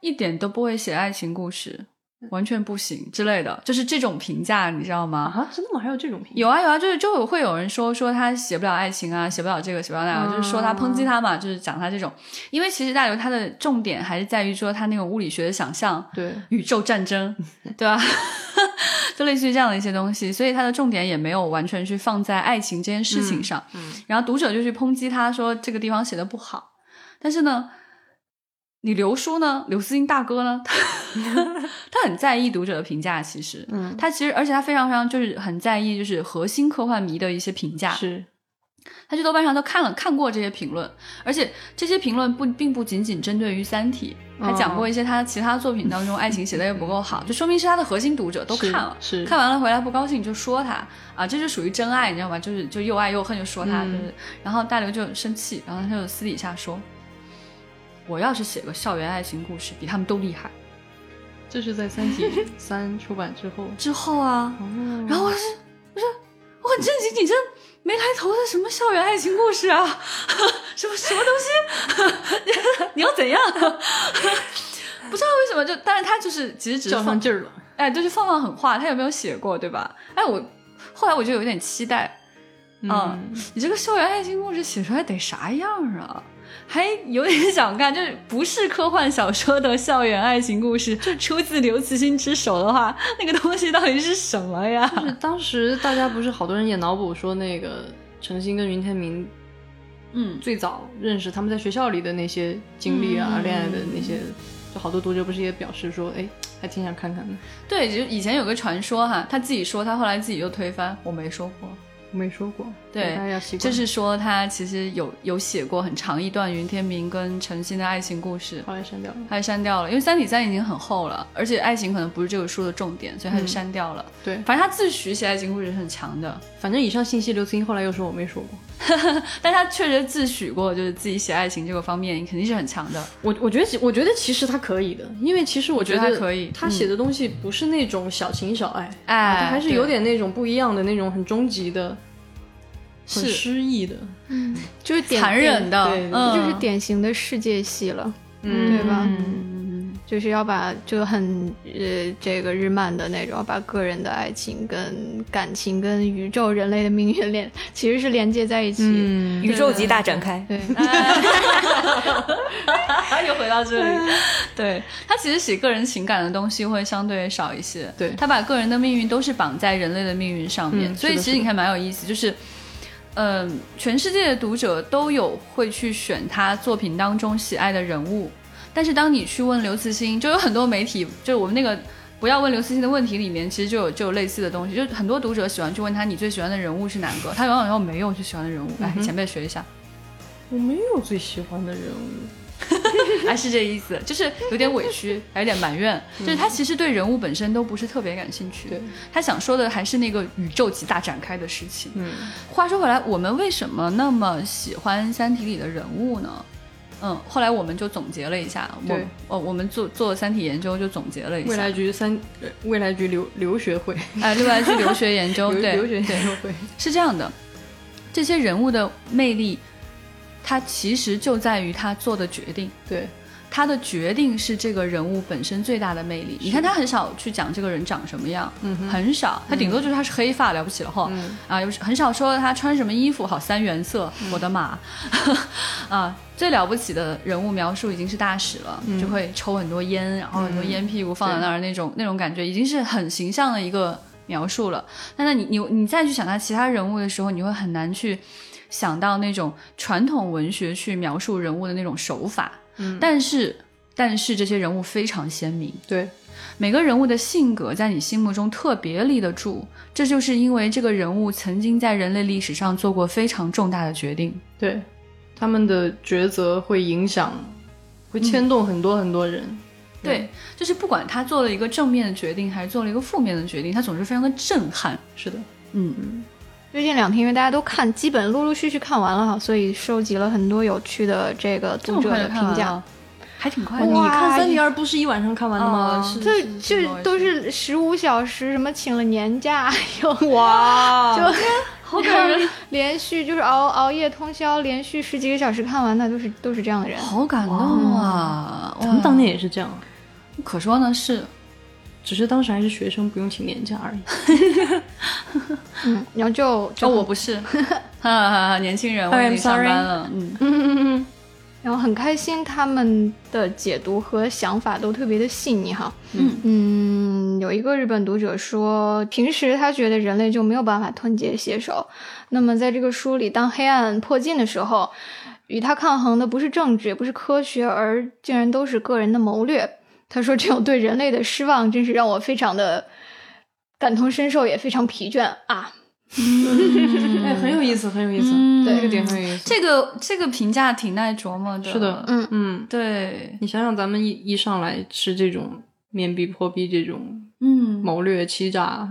[SPEAKER 5] 一点都不会写爱情故事，完全不行之类的，就是这种评价，你知道吗？
[SPEAKER 2] 啊，真的吗？还有这种评价？
[SPEAKER 5] 有啊有啊，就是就有会有人说说他写不了爱情啊，写不了这个，写不了那个，就是说他抨击他嘛，就是讲他这种。因为其实大刘他的重点还是在于说他那种物理学的想象、
[SPEAKER 2] 对，
[SPEAKER 5] 宇宙战争，
[SPEAKER 2] 嗯
[SPEAKER 5] <laughs> 对吧？就类似于这样的一些东西，所以他的重点也没有完全去放在爱情这件事情上。
[SPEAKER 2] 嗯嗯
[SPEAKER 5] 然后读者就去抨击他说这个地方写的不好，但是呢，你刘叔呢，刘思欣大哥呢，
[SPEAKER 2] <laughs>
[SPEAKER 5] 他他很在意读者的评价，其实，
[SPEAKER 2] 嗯
[SPEAKER 5] 他其实而且他非常非常就是很在意就是核心科幻迷的一些评价，
[SPEAKER 2] 是
[SPEAKER 5] 他去豆瓣上都看了看过这些评论，而且这些评论不并不仅仅针对于《三体》，还讲
[SPEAKER 2] 哦
[SPEAKER 5] 过一些他其他作品当中爱情写的也不够好，就说明是他的核心读者都
[SPEAKER 2] 是
[SPEAKER 5] 看了，
[SPEAKER 2] 是
[SPEAKER 5] 看完了回来不高兴就说他啊，这就属于真爱，你知道吗？就是就又爱又恨就说他，
[SPEAKER 2] 嗯
[SPEAKER 5] 就是然后大刘就生气，然后他就私底下说，我要是写个校园爱情故事，比他们都厉害。
[SPEAKER 2] 这是在《三体 <laughs> 三》出版之 <laughs> 后，
[SPEAKER 5] 之后啊，
[SPEAKER 2] 哦
[SPEAKER 5] 然后我是我说我很震惊，你这没来头的什么校园爱情故事啊， <laughs> 什么什么东西， <laughs> 你要怎样？不知道为什么就，但是他就是其实只是
[SPEAKER 2] 较
[SPEAKER 5] 放
[SPEAKER 2] 上劲儿了。
[SPEAKER 5] 哎，就是放放狠话，他有没有写过对吧？哎，我后来我就有点期待，嗯，你这个校园爱情故事写出来得啥样啊？还有点想看，就是不是科幻小说的校园爱情故事， <laughs> 就出自刘慈欣之手的 <laughs> 话，那个东西到底是什么呀？
[SPEAKER 2] 就是当时大家不是好多人也脑补说那个陈星跟云天明
[SPEAKER 5] 嗯，
[SPEAKER 2] 最早认识他们在学校里的那些经历啊，
[SPEAKER 5] 嗯
[SPEAKER 2] 恋爱的那些，就好多读者不是也表示说，哎，还挺想看看的。
[SPEAKER 5] 对，就以前有个传说哈，他自己说，他后来自己又推翻，我没说过。
[SPEAKER 2] 没说过，
[SPEAKER 5] 对
[SPEAKER 2] 大家要习惯。
[SPEAKER 5] 就是说他其实有有写过很长一段云天明跟陈星的爱情故事，
[SPEAKER 2] 后来删掉了。
[SPEAKER 5] 他就删掉了，因为《三体三》已经很厚了，而且爱情可能不是这个书的重点，所以他就删掉了。
[SPEAKER 2] 对，
[SPEAKER 5] 反正他自诩写爱情故事是很强的，
[SPEAKER 2] 反正以上信息，刘慈欣后来又说我没说过。
[SPEAKER 5] 但他确实自诩过，就是自己写爱情这个方面肯定是很强的。
[SPEAKER 2] 我我觉得其，我觉得其实他可以的，因为其实我觉
[SPEAKER 5] 觉得他可以
[SPEAKER 2] 他嗯写的东西不是那种小情小爱，
[SPEAKER 5] 哎
[SPEAKER 2] 啊他还是
[SPEAKER 5] 对
[SPEAKER 2] 有点那种不一样的那种很终极的、很
[SPEAKER 5] 是
[SPEAKER 2] 诗意的，
[SPEAKER 4] 就是典
[SPEAKER 5] 残忍的
[SPEAKER 2] 对对，对
[SPEAKER 5] 嗯
[SPEAKER 4] 就是典型的世界系了，
[SPEAKER 2] 嗯
[SPEAKER 4] 对吧？
[SPEAKER 5] 嗯，
[SPEAKER 4] 就是要把就很呃这个日漫的那种，把个人的爱情跟感情跟宇宙人类的命运连，其实是连接在一起。
[SPEAKER 2] 嗯，
[SPEAKER 3] 宇宙级大展开， <laughs>
[SPEAKER 4] 对， <laughs>
[SPEAKER 5] 又回到这里。对他其实写个人情感的东西会相对少一些，
[SPEAKER 2] 对
[SPEAKER 5] 他把个人的命运都是绑在人类的命运上面，
[SPEAKER 2] 嗯
[SPEAKER 5] 所以
[SPEAKER 2] 是的
[SPEAKER 5] 其实你看蛮有意思，就是。嗯，全世界的读者都有会去选他作品当中喜爱的人物，但是当你去问刘慈欣，就有很多媒体，就是我们那个不要问刘慈欣的问题里面，其实就有就有类似的东西，就是很多读者喜欢去问他你最喜欢的人物是哪个，他往往说没有最喜欢的人物，来
[SPEAKER 2] 嗯
[SPEAKER 5] 前辈学一下，
[SPEAKER 2] 我没有最喜欢的人物，
[SPEAKER 5] 哎，是这意思，就是有点委屈，还有点埋怨，就是他其实对人物本身都不是特别感兴趣，
[SPEAKER 2] 嗯对
[SPEAKER 5] 他想说的还是那个宇宙级大展开的事情。
[SPEAKER 2] 嗯，
[SPEAKER 5] 话说回来，我们为什么那么喜欢《三体》里的人物呢？嗯，后来我们就总结了一下，我
[SPEAKER 2] 对
[SPEAKER 5] 哦，我们做做《三体》研究就总结了一
[SPEAKER 2] 未来
[SPEAKER 5] 下，
[SPEAKER 2] 局三，呃未来局留留学会，
[SPEAKER 5] 哎，未来去留学
[SPEAKER 2] <laughs>
[SPEAKER 5] 研究，
[SPEAKER 2] 留
[SPEAKER 5] 对，
[SPEAKER 2] 留学研究会，
[SPEAKER 5] 是这样的，这些人物的魅力，它其实就在于他做的决定。
[SPEAKER 2] 对，
[SPEAKER 5] 他的决定是这个人物本身最大的魅力。你看他很少去讲这个人长什么样，很少，他顶多就是他是黑发了不起了哈，啊，有时很少说他穿什么衣服，好三原色，我的妈， <laughs> 啊，最了不起的人物描述已经是大使了，就会抽很多烟，然后很多烟屁股放在那儿那种那种感觉，已经是很形象的一个描述了。那那你你你再去想他其他人物的时候，你会很难去想到那种传统文学去描述人物的那种手法。
[SPEAKER 2] 嗯
[SPEAKER 5] 但是但是这些人物非常鲜明，
[SPEAKER 2] 对，
[SPEAKER 5] 每个人物的性格在你心目中特别立得住，这就是因为这个人物曾经在人类历史上做过非常重大的决定。
[SPEAKER 2] <laughs> 对，他们的抉择会影响，会牵动很多很多人。
[SPEAKER 5] 对，就是不管他做了一个正面的决定，还是做了一个负面的决定，他总是非常的震撼。
[SPEAKER 2] 是的，
[SPEAKER 5] 嗯，
[SPEAKER 4] 最近两天因为大家都看，基本陆陆续续看完了哈，所以收集了很多有趣的这个
[SPEAKER 5] 这
[SPEAKER 4] 读
[SPEAKER 5] 么
[SPEAKER 4] 者
[SPEAKER 5] 快啊
[SPEAKER 4] 的
[SPEAKER 5] 就
[SPEAKER 4] 评
[SPEAKER 5] 看完
[SPEAKER 4] 价
[SPEAKER 5] 了。，还挺快的。
[SPEAKER 4] 哇
[SPEAKER 2] 你看三体二不是一晚上看完的
[SPEAKER 5] 哦
[SPEAKER 2] 吗？是
[SPEAKER 4] 这
[SPEAKER 5] 是是
[SPEAKER 4] 这都是十五小时，什么请了年假，有
[SPEAKER 3] 哇，
[SPEAKER 4] <laughs> 就好感人， <laughs> 连续就是熬熬夜通宵，连续十几个小时看完的，都是都是这样的人。
[SPEAKER 5] 好感动啊！
[SPEAKER 2] 咱们当
[SPEAKER 5] 哇
[SPEAKER 2] 年也是这样，
[SPEAKER 5] 可说呢，是
[SPEAKER 2] 只是当时还是学生，不用请年假而已。
[SPEAKER 4] 嗯，然后就就
[SPEAKER 5] 哦，
[SPEAKER 4] 很、
[SPEAKER 5] 我不是， <laughs> 哈哈哈，年轻人，我已
[SPEAKER 2] I'm
[SPEAKER 5] 经上
[SPEAKER 2] 哎 sorry
[SPEAKER 5] 班了，嗯，
[SPEAKER 4] 然后很开心，他们的解读和想法都特别的细腻哈。
[SPEAKER 2] 嗯
[SPEAKER 4] 嗯，有一个日本读者说，平时他觉得人类就没有办法团结携手，那么在这个书里，当黑暗迫近的时候，与他抗衡的不是政治，也不是科学，而竟然都是个人的谋略。他说，这种对人类的失望，真是让我非常的感同身受，也非常疲倦啊。
[SPEAKER 2] 哎，很有意思，很有意思，
[SPEAKER 4] 对
[SPEAKER 2] 这个点很有意思。
[SPEAKER 5] 这个这个评价挺耐琢磨的，
[SPEAKER 2] 是的，
[SPEAKER 4] 嗯
[SPEAKER 2] 嗯，
[SPEAKER 5] 对，
[SPEAKER 2] 你想想，咱们一一上来是这种面壁破壁这种
[SPEAKER 5] 嗯，
[SPEAKER 2] 谋略欺诈，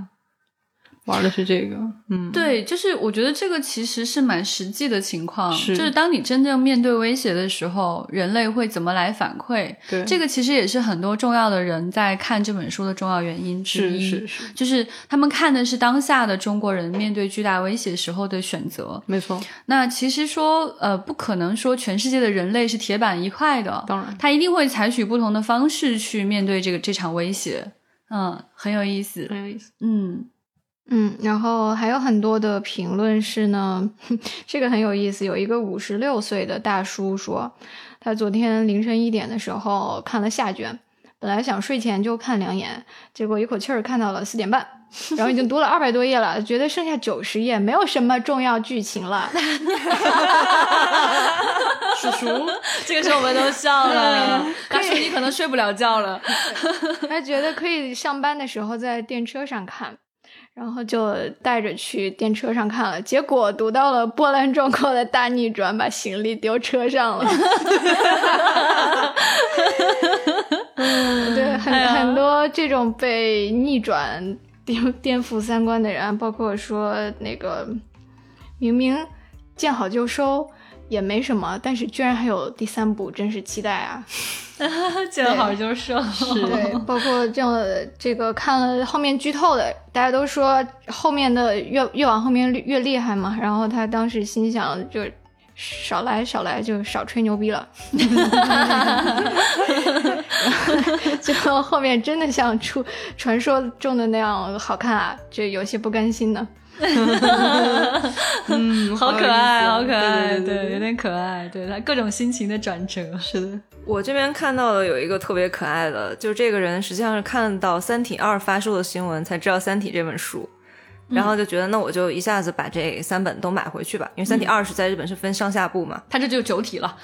[SPEAKER 2] 玩的是这个，嗯，，
[SPEAKER 5] 对，就是我觉得这个其实是蛮实际的情况，
[SPEAKER 2] 是
[SPEAKER 5] 就是当你真正面对威胁的时候，人类会怎么来反馈？
[SPEAKER 2] 对，
[SPEAKER 5] 这
[SPEAKER 2] 个
[SPEAKER 5] 个其实也是很多重要的人在看这本书的重要原因之
[SPEAKER 2] 是
[SPEAKER 5] 一。
[SPEAKER 2] 是是，
[SPEAKER 5] 就是他们看的是当下的中国人面对巨大威胁时候的选择。
[SPEAKER 2] 没错，
[SPEAKER 5] 那其实说，呃，不可能说全世界的人类是铁板一块的，
[SPEAKER 2] 当然，
[SPEAKER 5] 他一定会采取不同的方式去面对这个这场威胁。嗯，很有意思。
[SPEAKER 2] 很有意思。
[SPEAKER 5] 嗯，
[SPEAKER 4] 嗯，然后还有很多的评论是呢， <laughs> 这个很有意思。有一个五十六岁的大叔说，他昨天凌晨一点的时候看了下卷，本来想睡前就看两眼，结果一口气儿看到了四点半，然后已经读了二百多页了，觉得剩下九十页没有什么重要剧情了。
[SPEAKER 2] 叔叔，
[SPEAKER 5] 这个时候我们都笑了。 <laughs> 大叔，你可能睡不了觉了。
[SPEAKER 4] 他觉得可以上班的时候在电车上看，然后就带着去电车上看了，结果读到了波澜壮阔的大逆转，把行李丢车上了。 <laughs> 对，很、很多这种被逆转颠颠覆三观的人，啊包括说那个明明见好就收。也没什么，但是居然还有第三部，真是期待啊！
[SPEAKER 5] 见好 <laughs> 就收。
[SPEAKER 4] 对，包括这样这个看了后面剧透的，大家都说后面的越越往后面越越厉害嘛。然后他当时心想就。少来少来，就少吹牛逼了。 <laughs> 结果后面真的像出传说中的那样好看啊，这有些不甘心呢。
[SPEAKER 2] 嗯，
[SPEAKER 5] <laughs> 好可爱，好
[SPEAKER 2] 有意
[SPEAKER 5] 可
[SPEAKER 2] 思
[SPEAKER 5] 爱，
[SPEAKER 2] 对
[SPEAKER 5] 对，有点可爱，对他各种心情的转折，
[SPEAKER 2] 是的，
[SPEAKER 3] 我这边看到了有一个特别可爱的，就是这个人实际上是看到《三体二》发售的新闻才知道《三体》这本书，
[SPEAKER 2] 嗯
[SPEAKER 3] 然后就觉得那我就一下子把这三本都买回去吧，因为《三
[SPEAKER 2] 嗯
[SPEAKER 3] 体二》是在日本是分上下部嘛，
[SPEAKER 5] 他这就九体 <laughs> 了，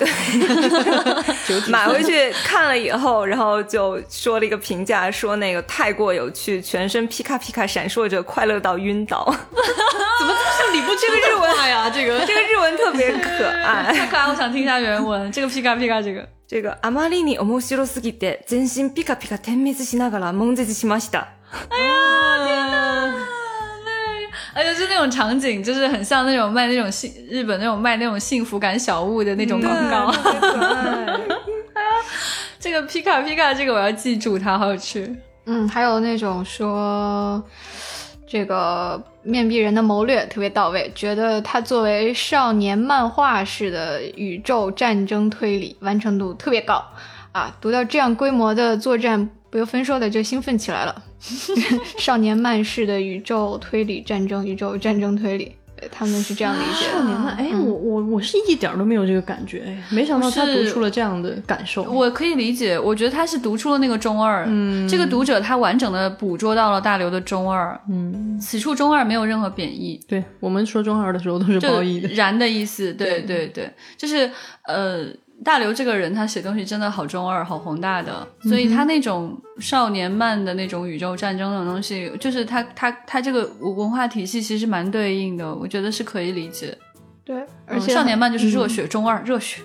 [SPEAKER 3] 买回去看了以后，然后就说了一个评价，说那个太过有趣，全身皮卡皮卡闪烁着，快乐到晕
[SPEAKER 2] <laughs>
[SPEAKER 3] 倒。
[SPEAKER 2] 像理不这个日文呀，这个
[SPEAKER 3] 这个日文特别可
[SPEAKER 2] <laughs>
[SPEAKER 3] 爱。
[SPEAKER 5] 太可爱，我想听一下原文，这个皮卡皮卡这个，
[SPEAKER 3] 这个あまりに面白すぎて全身ピカピカ点滅しながら悶絶しました。
[SPEAKER 5] 哎而且是那种场景，就是很像那种卖那种幸日本那种卖那种幸福感小物的那种广告。
[SPEAKER 3] 嗯对特别可爱
[SPEAKER 5] 这个皮卡皮卡这个我要记住它，好有趣。
[SPEAKER 4] 嗯，还有那种说这个面壁人的谋略特别到位，觉得他作为少年漫画式的宇宙战争推理完成度特别高啊！读到这样规模的作战不由分说的就兴奋 <laughs> 起来了。少年漫式的宇宙推理战争，宇宙战争推理，对他们是这样理解
[SPEAKER 2] 少
[SPEAKER 4] 的。
[SPEAKER 2] 年漫，哎，我我我是一点儿都没有这个感觉，哎，没想到他读出了这样的感受。
[SPEAKER 5] 我可以理解，我觉得他是读出了那个中二，
[SPEAKER 2] 嗯
[SPEAKER 5] 这个读者他完整的捕捉到了大刘的中二，
[SPEAKER 2] 嗯，
[SPEAKER 5] 此处中二没有任何贬义，
[SPEAKER 2] 对我们说中二的时候都是
[SPEAKER 5] 就
[SPEAKER 2] 褒义的，
[SPEAKER 5] 然的意思，对对对，就是呃，大刘这个人他写东西真的好中二，好宏大的，所以他那种少年漫的那种宇宙战争那种东西，就是他他他这个文化体系其实蛮对应的，我觉得是可以理解，
[SPEAKER 4] 对，而
[SPEAKER 5] 嗯
[SPEAKER 4] 且
[SPEAKER 5] 少年漫就是热血、中二热血，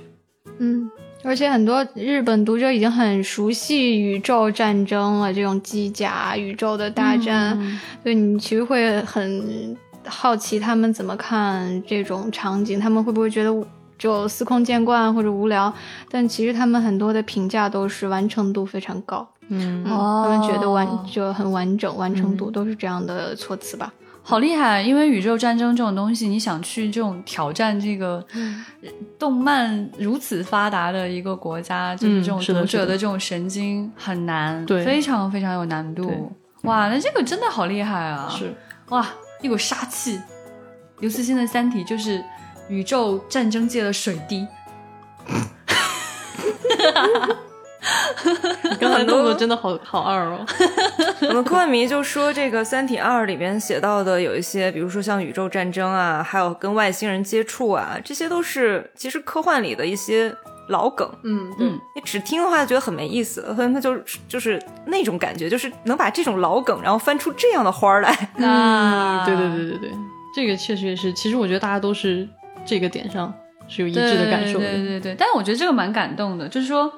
[SPEAKER 4] 嗯，而且很多日本读者已经很熟悉宇宙战争了，这种机甲、宇宙的大战，对你其实会很好奇他们怎么看这种场景，他们会不会觉得就司空见惯或者无聊？但其实他们很多的评价都是完成度非常高，
[SPEAKER 2] 嗯
[SPEAKER 4] 嗯，
[SPEAKER 5] 哦
[SPEAKER 4] 他们觉得完就很完整，完成度都是这样的措辞吧。
[SPEAKER 5] 好厉害！因为宇宙战争这种东西，你想去这种挑战这个
[SPEAKER 2] 嗯
[SPEAKER 5] 动漫如此发达的一个国家，就是这种
[SPEAKER 2] 嗯是的
[SPEAKER 5] 读
[SPEAKER 2] 是的
[SPEAKER 5] 者的这种神经很难，
[SPEAKER 2] 对
[SPEAKER 5] 非常非常有难
[SPEAKER 2] 对
[SPEAKER 5] 度。哇，那这个真的好厉害啊！
[SPEAKER 2] 是
[SPEAKER 5] 哇，一股杀气。刘慈欣的《三体》就是宇宙战争界的水滴，
[SPEAKER 2] 你刚才动作真的好好二哦。
[SPEAKER 3] <laughs> 我们科幻迷就说这个《三体二》里边写到的有一些，比如说像宇宙战争啊，还有跟外星人接触啊，这些都是其实科幻里的一些老梗。
[SPEAKER 2] 嗯，
[SPEAKER 5] 嗯，
[SPEAKER 3] 你只听的话觉得很没意思，很那就是就是那种感觉，就是能把这种老梗然后翻出这样的花儿来。
[SPEAKER 5] 那、
[SPEAKER 2] 嗯对对对对对，这个确实也是。其实我觉得大家都是这个点上是有一
[SPEAKER 5] 对
[SPEAKER 2] 致的感受
[SPEAKER 5] 对对
[SPEAKER 2] 的。
[SPEAKER 5] 对对，但我觉得这个蛮感动的，就是说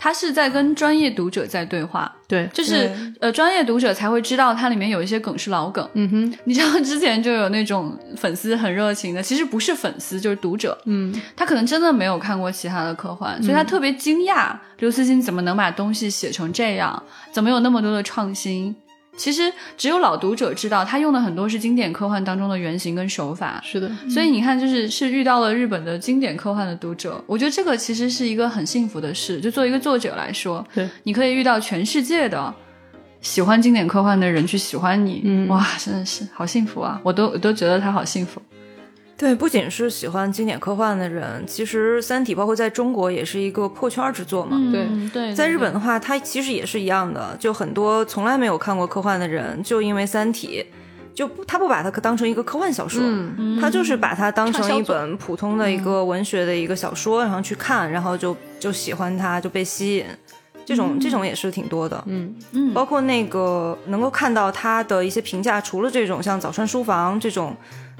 [SPEAKER 5] 他是在跟专业读者在对话，
[SPEAKER 2] 对，
[SPEAKER 5] 就是
[SPEAKER 3] 对
[SPEAKER 5] 呃，专业读者才会知道它里面有一些梗是老梗。
[SPEAKER 2] 嗯哼，
[SPEAKER 5] 你知道之前就有那种粉丝很热情的，其实不是粉丝就是读者，
[SPEAKER 2] 嗯，
[SPEAKER 5] 他可能真的没有看过其他的科幻，所以他特别惊讶刘慈欣怎么能把东西写成这样，怎么有那么多的创新。其实只有老读者知道，他用的很多是经典科幻当中的原型跟手法，
[SPEAKER 2] 是的，
[SPEAKER 5] 所以你看，就是是遇到了日本的经典科幻的读者，我觉得这个其实是一个很幸福的事。就作为一个作者来说，
[SPEAKER 2] 对，
[SPEAKER 5] 你可以遇到全世界的喜欢经典科幻的人去喜欢你，
[SPEAKER 2] 嗯
[SPEAKER 5] 哇，真的是好幸福啊！我都我都觉得他好幸福。
[SPEAKER 3] <laughs> 对，不仅是喜欢经典科幻的人，其实《三体》包括在中国也是一个破圈儿之作嘛。
[SPEAKER 2] 对
[SPEAKER 5] 对，
[SPEAKER 3] 在日本的话，它其实也是一样的，就很多从来没有看过科幻的人，就因为《三体》，就不他不把它当成一个科幻小说，
[SPEAKER 2] 嗯
[SPEAKER 3] 他就是把它当
[SPEAKER 5] 畅
[SPEAKER 3] 成
[SPEAKER 5] 销嗯
[SPEAKER 3] 一
[SPEAKER 5] 作
[SPEAKER 3] 本普通的一个文学的一个小说，然后去看，然后就就喜欢它，就被吸引。这种、这种也是挺多的，
[SPEAKER 2] 嗯
[SPEAKER 5] 嗯
[SPEAKER 3] 包括那个能够看到他的一些评价，除了这种像早川书房这种，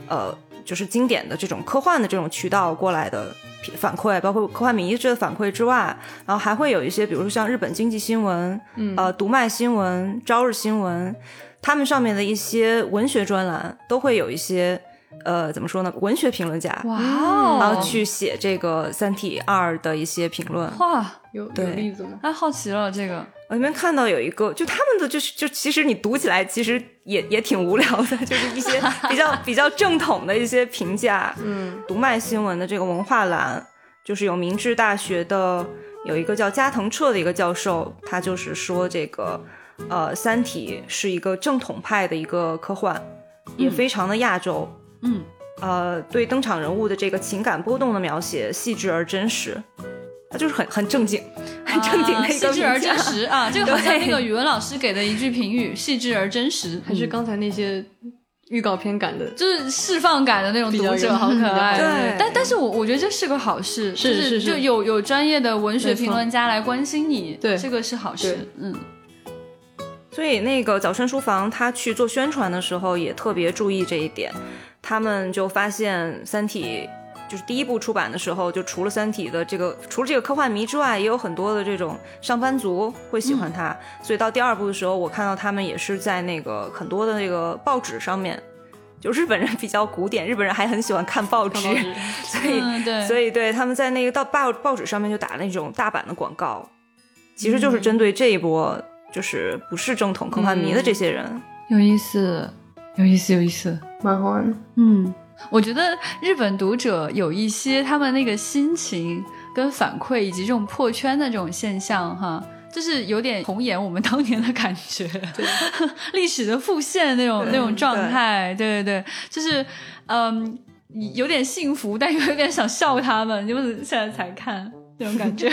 [SPEAKER 3] 呃，就是经典的这种科幻的这种渠道过来的批反馈，包括科幻迷这的反馈之外，然后还会有一些，比如说像日本经济新闻、
[SPEAKER 2] 嗯
[SPEAKER 3] 呃读卖新闻、朝日新闻，他们上面的一些文学专栏都会有一些。呃，怎么说呢？文学评论家，
[SPEAKER 5] 哇
[SPEAKER 3] 然
[SPEAKER 5] 哦
[SPEAKER 3] 后，去写这个《三体二》的一些评论。
[SPEAKER 5] 哇，
[SPEAKER 2] 有有
[SPEAKER 3] 对
[SPEAKER 2] 例子吗？
[SPEAKER 5] 太好奇了，这个
[SPEAKER 3] 我那边看到有一个，就他们的就是就其实你读起来其实也也挺无聊的， <laughs> 就是一些比较比较正统的一些评价。
[SPEAKER 2] 嗯，
[SPEAKER 3] 读卖新闻的这个文化栏，就是有明治大学的有一个叫加藤彻的一个教授，他就是说这个呃《三体》是一个正统派的一个科幻，也非常的亚洲。
[SPEAKER 5] 嗯
[SPEAKER 3] 呃，对登场人物的这个情感波动的描写细致而真实，他就是很很正经，很 <laughs> 正经的一个
[SPEAKER 5] 啊细致而
[SPEAKER 3] 评价
[SPEAKER 5] 真实啊，这个好像
[SPEAKER 3] 对
[SPEAKER 5] 那个语文老师给的一句评语：细致而真实，
[SPEAKER 2] 还是刚才那些预告片感的，
[SPEAKER 5] 就是释放感的那种
[SPEAKER 2] 比较
[SPEAKER 5] 读者，
[SPEAKER 2] 有
[SPEAKER 5] 好可爱。啊
[SPEAKER 2] 比较
[SPEAKER 3] 有对
[SPEAKER 5] 哎但但是我我觉得这是个好事，
[SPEAKER 2] 是
[SPEAKER 5] 就是
[SPEAKER 2] 是
[SPEAKER 5] 就有有专业的文学评论家来关心你，
[SPEAKER 2] 对
[SPEAKER 5] 这个是好事
[SPEAKER 2] 对。
[SPEAKER 5] 嗯，
[SPEAKER 3] 所以那个早春书房，他去做宣传的时候也特别注意这一点。他们就发现《三体》就是第一部出版的时候，就除了《三体》的这个除了这个科幻迷之外，也有很多的这种上班族会喜欢它。所以到第二部的时候，我看到他们也是在那个很多的那个报纸上面。就日本人比较古典，日本人还很喜欢看报纸， <laughs> 所以
[SPEAKER 5] 嗯，对，
[SPEAKER 3] 所
[SPEAKER 5] 以
[SPEAKER 3] 以对他们在那个到报报纸上面就打那种大版的广告，其实就是针对这一波、就是不是正统科幻迷的这些人。 <laughs>
[SPEAKER 5] 有意思，有意思，有意思。
[SPEAKER 2] 蛮好玩的。
[SPEAKER 5] 嗯，我觉得日本读者有一些他们那个心情跟反馈，以及这种破圈的这种现象哈，就是有点重演我们当年的感觉， <laughs> 历史的复现那种那种状态，对对对，就是嗯，有点幸福，但又有点想笑他们，就是现在才看那种感 <laughs> 觉，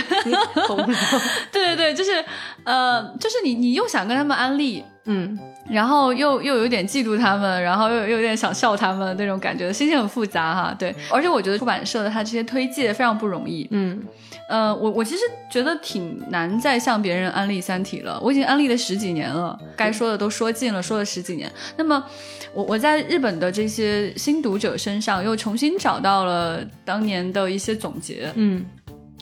[SPEAKER 5] 对对对，就是呃，就是你你又想跟他们安利，
[SPEAKER 2] 嗯，
[SPEAKER 5] 然后又又有点嫉妒他们，然后又又有点想笑他们那种感觉，心情很复杂哈。对，而且我觉得出版社的他这些推介非常不容易。
[SPEAKER 2] 嗯，
[SPEAKER 5] 呃，我我其实觉得挺难再向别人安利《三体》了，我已经安利了十几年了，该说的都说尽了，说了十几年。那么我我在日本的这些新读者身上又重新找到了当年的一些总结，
[SPEAKER 2] 嗯，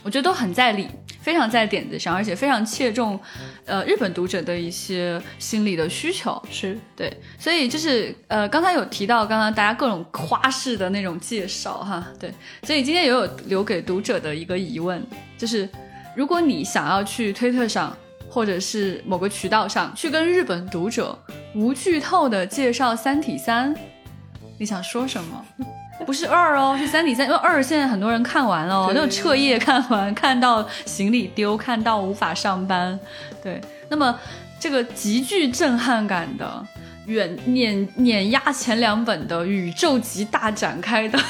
[SPEAKER 5] 我觉得都很在理，非常在点子上，而且非常切中，呃，日本读者的一些心理的需求。
[SPEAKER 2] 是，
[SPEAKER 5] 对，所以就是呃，刚才有提到，刚刚大家各种夸式的那种介绍哈，对，所以今天也有留给读者的一个疑问，就是如果你想要去推特上或者是某个渠道上去跟日本读者无剧透的介绍《三体三》，你想说什么？ <laughs> 不是二哦，是三体三，因为二现在很多人看完了、哦，那种彻夜看完，看到行李丢，看到无法上班，对。那么这个极具震撼感的，远碾碾压前两本的宇宙级大展开的 <laughs> 《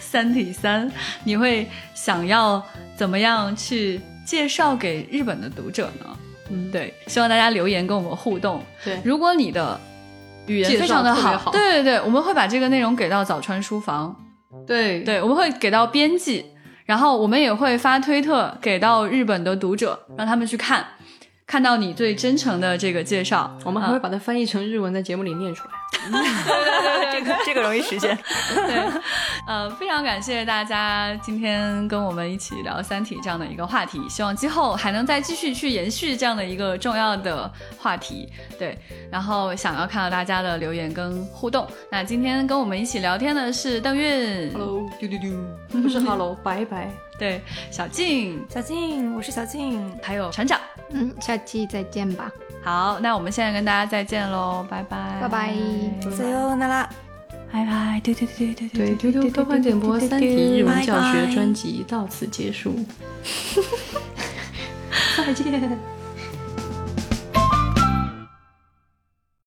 [SPEAKER 5] 三体三》，你会想要怎么样去介绍给日本的读者呢？嗯，对，希望大家留言跟我们互动。
[SPEAKER 2] 对
[SPEAKER 5] 如果你的语言非常的
[SPEAKER 2] 介绍特
[SPEAKER 5] 好，
[SPEAKER 2] 别好
[SPEAKER 5] 对对对，我们会把这个内容给到早川书房，
[SPEAKER 2] 对，
[SPEAKER 5] 对，我们会给到编辑，然后我们也会发推特给到日本的读者，让他们去看。看到你最真诚的这个介绍，
[SPEAKER 2] 我们
[SPEAKER 5] 啊
[SPEAKER 2] 还会把它翻译成日文，在节目里念出来。
[SPEAKER 3] 这个这个容易实现。
[SPEAKER 5] 呃，非常感谢大家今天跟我们一起聊《三体》这样的一个话题，希望之后还能再继续去延续这样的一个重要的话题。对，然后想要看到大家的留言跟互动。那今天跟我们一起聊天的是邓韵，
[SPEAKER 2] Hello，丢丢丢，不是 Hello，拜拜。
[SPEAKER 5] 对，小静，
[SPEAKER 3] 小静，我是小静，
[SPEAKER 5] 还有船长。
[SPEAKER 4] 嗯，下期再见吧，
[SPEAKER 5] 好，那我们现在跟大家再见喽，拜拜，
[SPEAKER 4] 拜拜。
[SPEAKER 3] 再有那拉。
[SPEAKER 5] 拜拜，对对对对
[SPEAKER 2] 对，丢丢科幻点播《三体》日文教
[SPEAKER 3] 拜
[SPEAKER 2] 学
[SPEAKER 3] 拜
[SPEAKER 2] 专辑到此结束，再见。